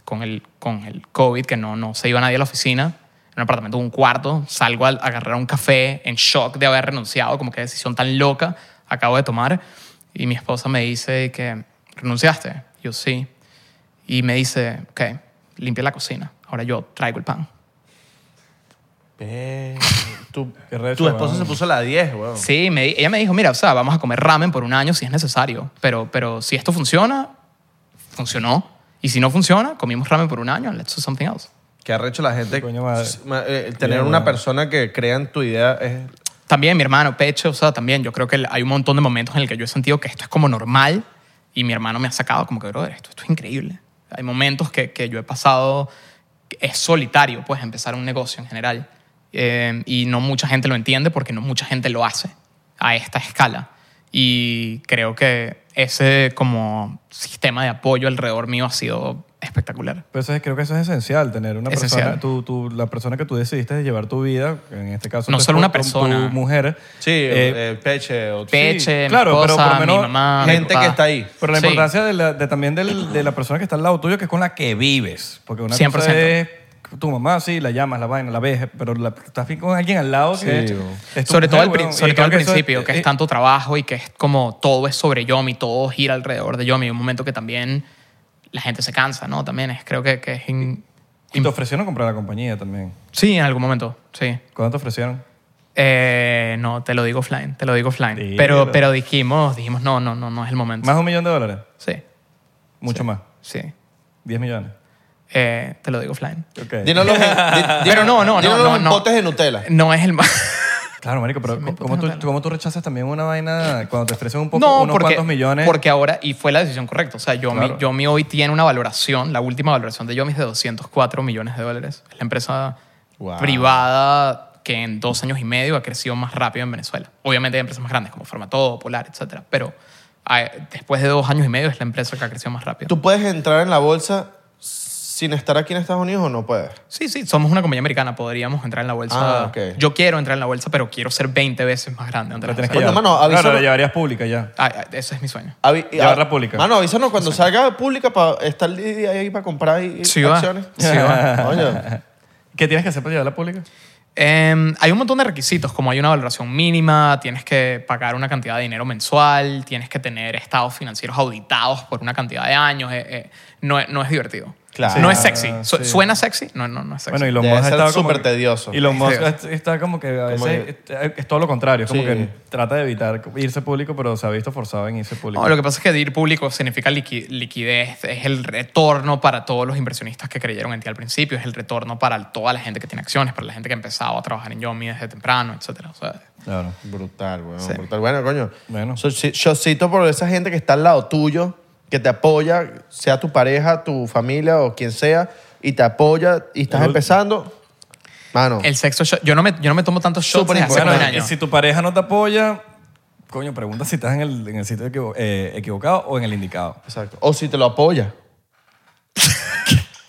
A: con el, con el COVID, que no, no se iba nadie a la oficina. En un apartamento de un cuarto, salgo a, a agarrar un café en shock de haber renunciado, como que decisión tan loca acabo de tomar. Y mi esposa me dice que, ¿renunciaste? Yo sí. Y me dice, ok, limpia la cocina. Ahora yo traigo el pan.
C: Ve, Tu,
B: Qué recho,
C: tu esposo
B: weón.
C: se puso la 10, weón.
A: Sí, me di- ella me dijo, mira, o sea, vamos a comer ramen por un año si es necesario. Pero, pero si esto funciona, funcionó. Y si no funciona, comimos ramen por un año and let's do something else.
C: Que ha hecho la gente.
B: madre.
C: s- ma- eh, tener una persona que crea en tu idea es.
A: También, mi hermano, Pecho, o sea, también yo creo que hay un montón de momentos en el que yo he sentido que esto es como normal y mi hermano me ha sacado como que, brother, esto, esto es increíble. Hay momentos que, que yo he pasado, es solitario, pues, empezar un negocio en general. Eh, y no mucha gente lo entiende porque no mucha gente lo hace a esta escala. Y creo que ese como sistema de apoyo alrededor mío ha sido espectacular.
B: Pero eso es- creo que eso es esencial, tener una
A: Esencial.
B: persona, tú, tú- la persona que tú decidiste llevar tu vida, en este caso
A: No
B: tu
A: solo una
B: esposa, tu-
A: persona.
B: tu mujer.
C: Sí,
B: eh,
C: eh, Peche. o-
A: Peche, mi
B: claro, pero por
A: esposa,
B: lo menos
A: mi mamá, mi
C: gente
A: papá.
C: que está ahí.
B: Pero la
A: Sí.
B: importancia de la- de también del- de la persona que está al lado tuyo, que es con la que vives. Porque una
A: 100%.
B: cosa es tu mamá, sí, la llamas, la vaina, la ves, pero la- estás con alguien al lado que
C: Sí,
B: es-
C: bro.
B: es tu
A: sobre todo, al,
B: mujer,
A: pri-
B: weón.
A: sobre
B: Y
A: todo al
B: creo que eso
A: principio, que es
B: eh,
A: tanto trabajo y que es como todo es sobre Yomi, todo gira alrededor de Yomi. Hay un momento que también la gente se cansa, ¿no? También es, creo que, que es... in-
B: Y te ofrecieron comprar la compañía también.
A: sí, en algún momento, sí.
B: ¿Cuándo te ofrecieron?
A: Eh, no, te lo digo offline, te lo digo offline.
B: Dilo.
A: Pero, pero dijimos, dijimos, no, no, no, no es el momento.
B: ¿Más de un millón de dólares?
A: Sí,
B: Mucho más.
A: sí.
B: ¿10 millones?
A: Eh, te lo digo offline.
B: Ok.
C: Dinos los, di-
A: Pero no, no,
C: dinos
A: no,
C: los
A: no, no.
C: potes de Nutella.
A: No es el más...
B: Claro, marico,
A: me
B: pero ¿cómo
A: putas
B: tú,
A: notaron.
B: cómo tú rechazas también una vaina cuando te ofrecen un poco,
A: no,
B: unos
A: porque,
B: cuantos millones?
A: Porque ahora, y fue la decisión correcta. O sea, Yomi,
B: Claro.
A: Yomi hoy tiene una valoración, la última valoración de Yomi es de 204 millones de dólares. Es la empresa
C: Wow.
A: privada que en dos años y medio ha crecido más rápido en Venezuela. Obviamente hay empresas más grandes como Formatodo, Polar, etcétera, pero eh, después de dos años y medio es la empresa que ha crecido más rápido.
C: ¿Tú puedes entrar en la bolsa sin estar aquí en Estados Unidos o no puedes?
A: Sí, sí, somos una compañía americana, podríamos entrar en la bolsa.
C: Ah, ok.
A: Yo quiero entrar en la bolsa, pero quiero ser 20 veces más grande. donde
B: La
A: la
B: tienes que
A: bolsa.
C: Coño,
B: llevar.
C: Ah, mano,
B: claro,
C: avísalo.
B: la llevarías pública ya.
A: Ay, ay, ese es mi sueño.
C: Avi-
B: Llevarla
C: ah,
B: pública.
C: Mano, avísanos cuando salga pública para estar li- li- ahí para comprar y, y
A: Sí va.
C: acciones.
A: Sí va.
C: Coño.
B: ¿Qué tienes que hacer para llevarla pública?
A: Em, hay un montón de requisitos, como hay una valoración mínima, tienes que pagar una cantidad de dinero mensual, tienes que tener estados financieros auditados por una cantidad de años. eh, eh, no, es- no es divertido.
C: Claro.
A: No es sexy.
B: Ah,
A: Su-
B: sí.
A: ¿Suena sexy? No, no, no es sexy.
B: Bueno, y los
C: Debe
B: Musk
C: ser
B: estaba como
C: súper
B: que-
C: tedioso.
B: Elon Musk
A: Tedioso.
B: está como que a
C: Como
B: veces es todo lo contrario. Es como
C: Sí.
B: que trata de evitar irse público, pero se ha visto forzado en irse público.
A: No, lo que pasa es que de ir público significa liqui- liquidez, es el retorno para todos los inversionistas que creyeron en ti al principio, es el retorno para toda la gente que tiene acciones, para la gente que ha empezado a trabajar en Yomi desde temprano, etcétera. O sea,
B: Claro.
C: Brutal, weón.
A: Sí.
C: Brutal. Bueno, coño.
B: Bueno.
C: So- si- Showcito por esa gente que está al lado tuyo, que te apoya, sea tu pareja, tu familia o quien sea, y te apoya y estás
B: El-
C: empezando. Mano.
A: el sexo, shot- yo no me, yo no me tomo tantos shots
C: Súper
A: desde hace
B: Oh. Bueno,
A: como un
B: y-
A: año.
B: y si tu pareja no te apoya, coño, pregunta si estás en el, en el sitio equivo- eh, equivocado o en el indicado.
C: Exacto. O si te lo apoya.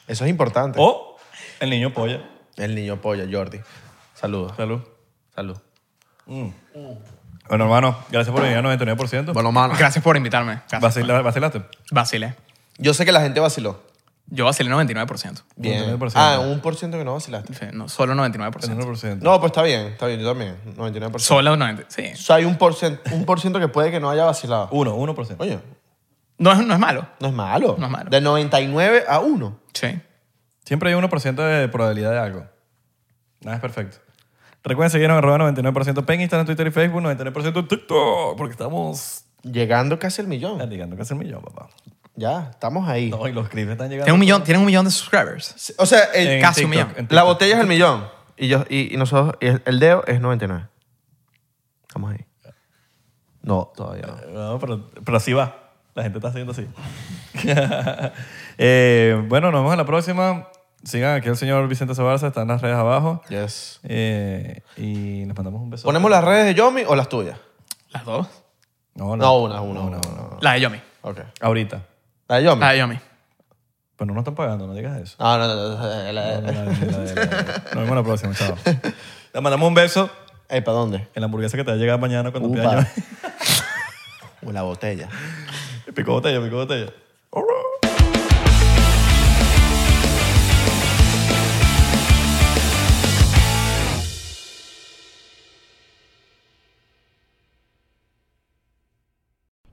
C: Eso es importante.
B: O el niño polla.
C: El niño apoya, Jordi. Saludos.
B: Salud.
C: Salud.
B: Bueno, hermano, gracias por venir al 99%.
C: Bueno, mano.
A: Gracias por invitarme. Gracias.
B: Vacila- vacilaste.
A: Vacilé.
C: Yo sé que la gente vaciló.
A: Yo vacilé 99%.
C: Bien.
B: 99%.
C: Ah, un por ciento que no vacilaste.
A: Sí, no, solo 99%.
B: 99%.
C: No, pues está bien, está bien, yo también. 99%.
A: Solo 90%. Sí.
C: O sea, hay un por ciento, un por ciento que puede que no haya vacilado.
B: Uno, 1%.
C: Oye,
A: No es, no es malo.
C: no es malo.
A: No es malo.
C: De 99 a 1.
A: Sí.
B: Siempre hay 1% de probabilidad de algo. Nada es perfecto. Recuerden seguirnos en arroba 99% Pen, Instagram, Twitter y Facebook, 99% TikTok, porque estamos
C: Llegando casi al millón.
B: llegando casi al millón, papá.
C: Ya, estamos ahí.
B: No, y los clips están llegando.
A: Tienen un millón, tienen un millón de subscribers.
C: O sea, el-
B: En
A: casi un
B: TikTok,
A: millón.
B: en TikTok.
C: la botella es el millón. Y, yo, y, y nosotros, y el, el dedo es 99. Estamos ahí. No, todavía no.
B: No, pero, pero así va. La gente está haciendo así. Eh, bueno, nos vemos en la próxima. Sigan aquí el señor Vicente Zabarza, están las redes abajo.
C: Yes.
B: Eh, y les mandamos un beso.
C: ¿Ponemos las redes de Yomi o las tuyas?
A: Las dos.
B: No,
C: No, una, una, una.
A: La de Yomi.
C: Ok.
B: Ahorita.
C: ¿La de Yomi? Ah,
A: La de Yomi.
B: Pero no nos están pagando, no digas eso.
C: No, no, no, no. la-
B: No, no, no, no, no, no, no. Nos vemos la próxima, chao. Les mandamos un beso
C: Ey, ¿para dónde?
B: en la hamburguesa que te va a llegar mañana cuando
C: Upa.
B: pidas años.
C: O la botella.
B: Pico botella, pico botella.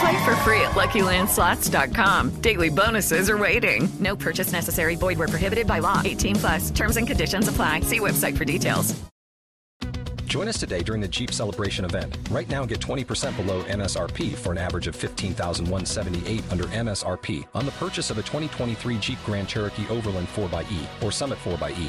J: Play for free at LuckyLandSlots.com. Daily bonuses are waiting. No purchase necessary. Void were prohibited by law. 18 plus. Terms and conditions apply. See website for details.
H: Join us today during the Jeep Celebration event. Right now, get 20% below MSRP for an average of 15178 under MSRP on the purchase of a 2023 Jeep Grand Cherokee Overland 4xE or Summit 4xE.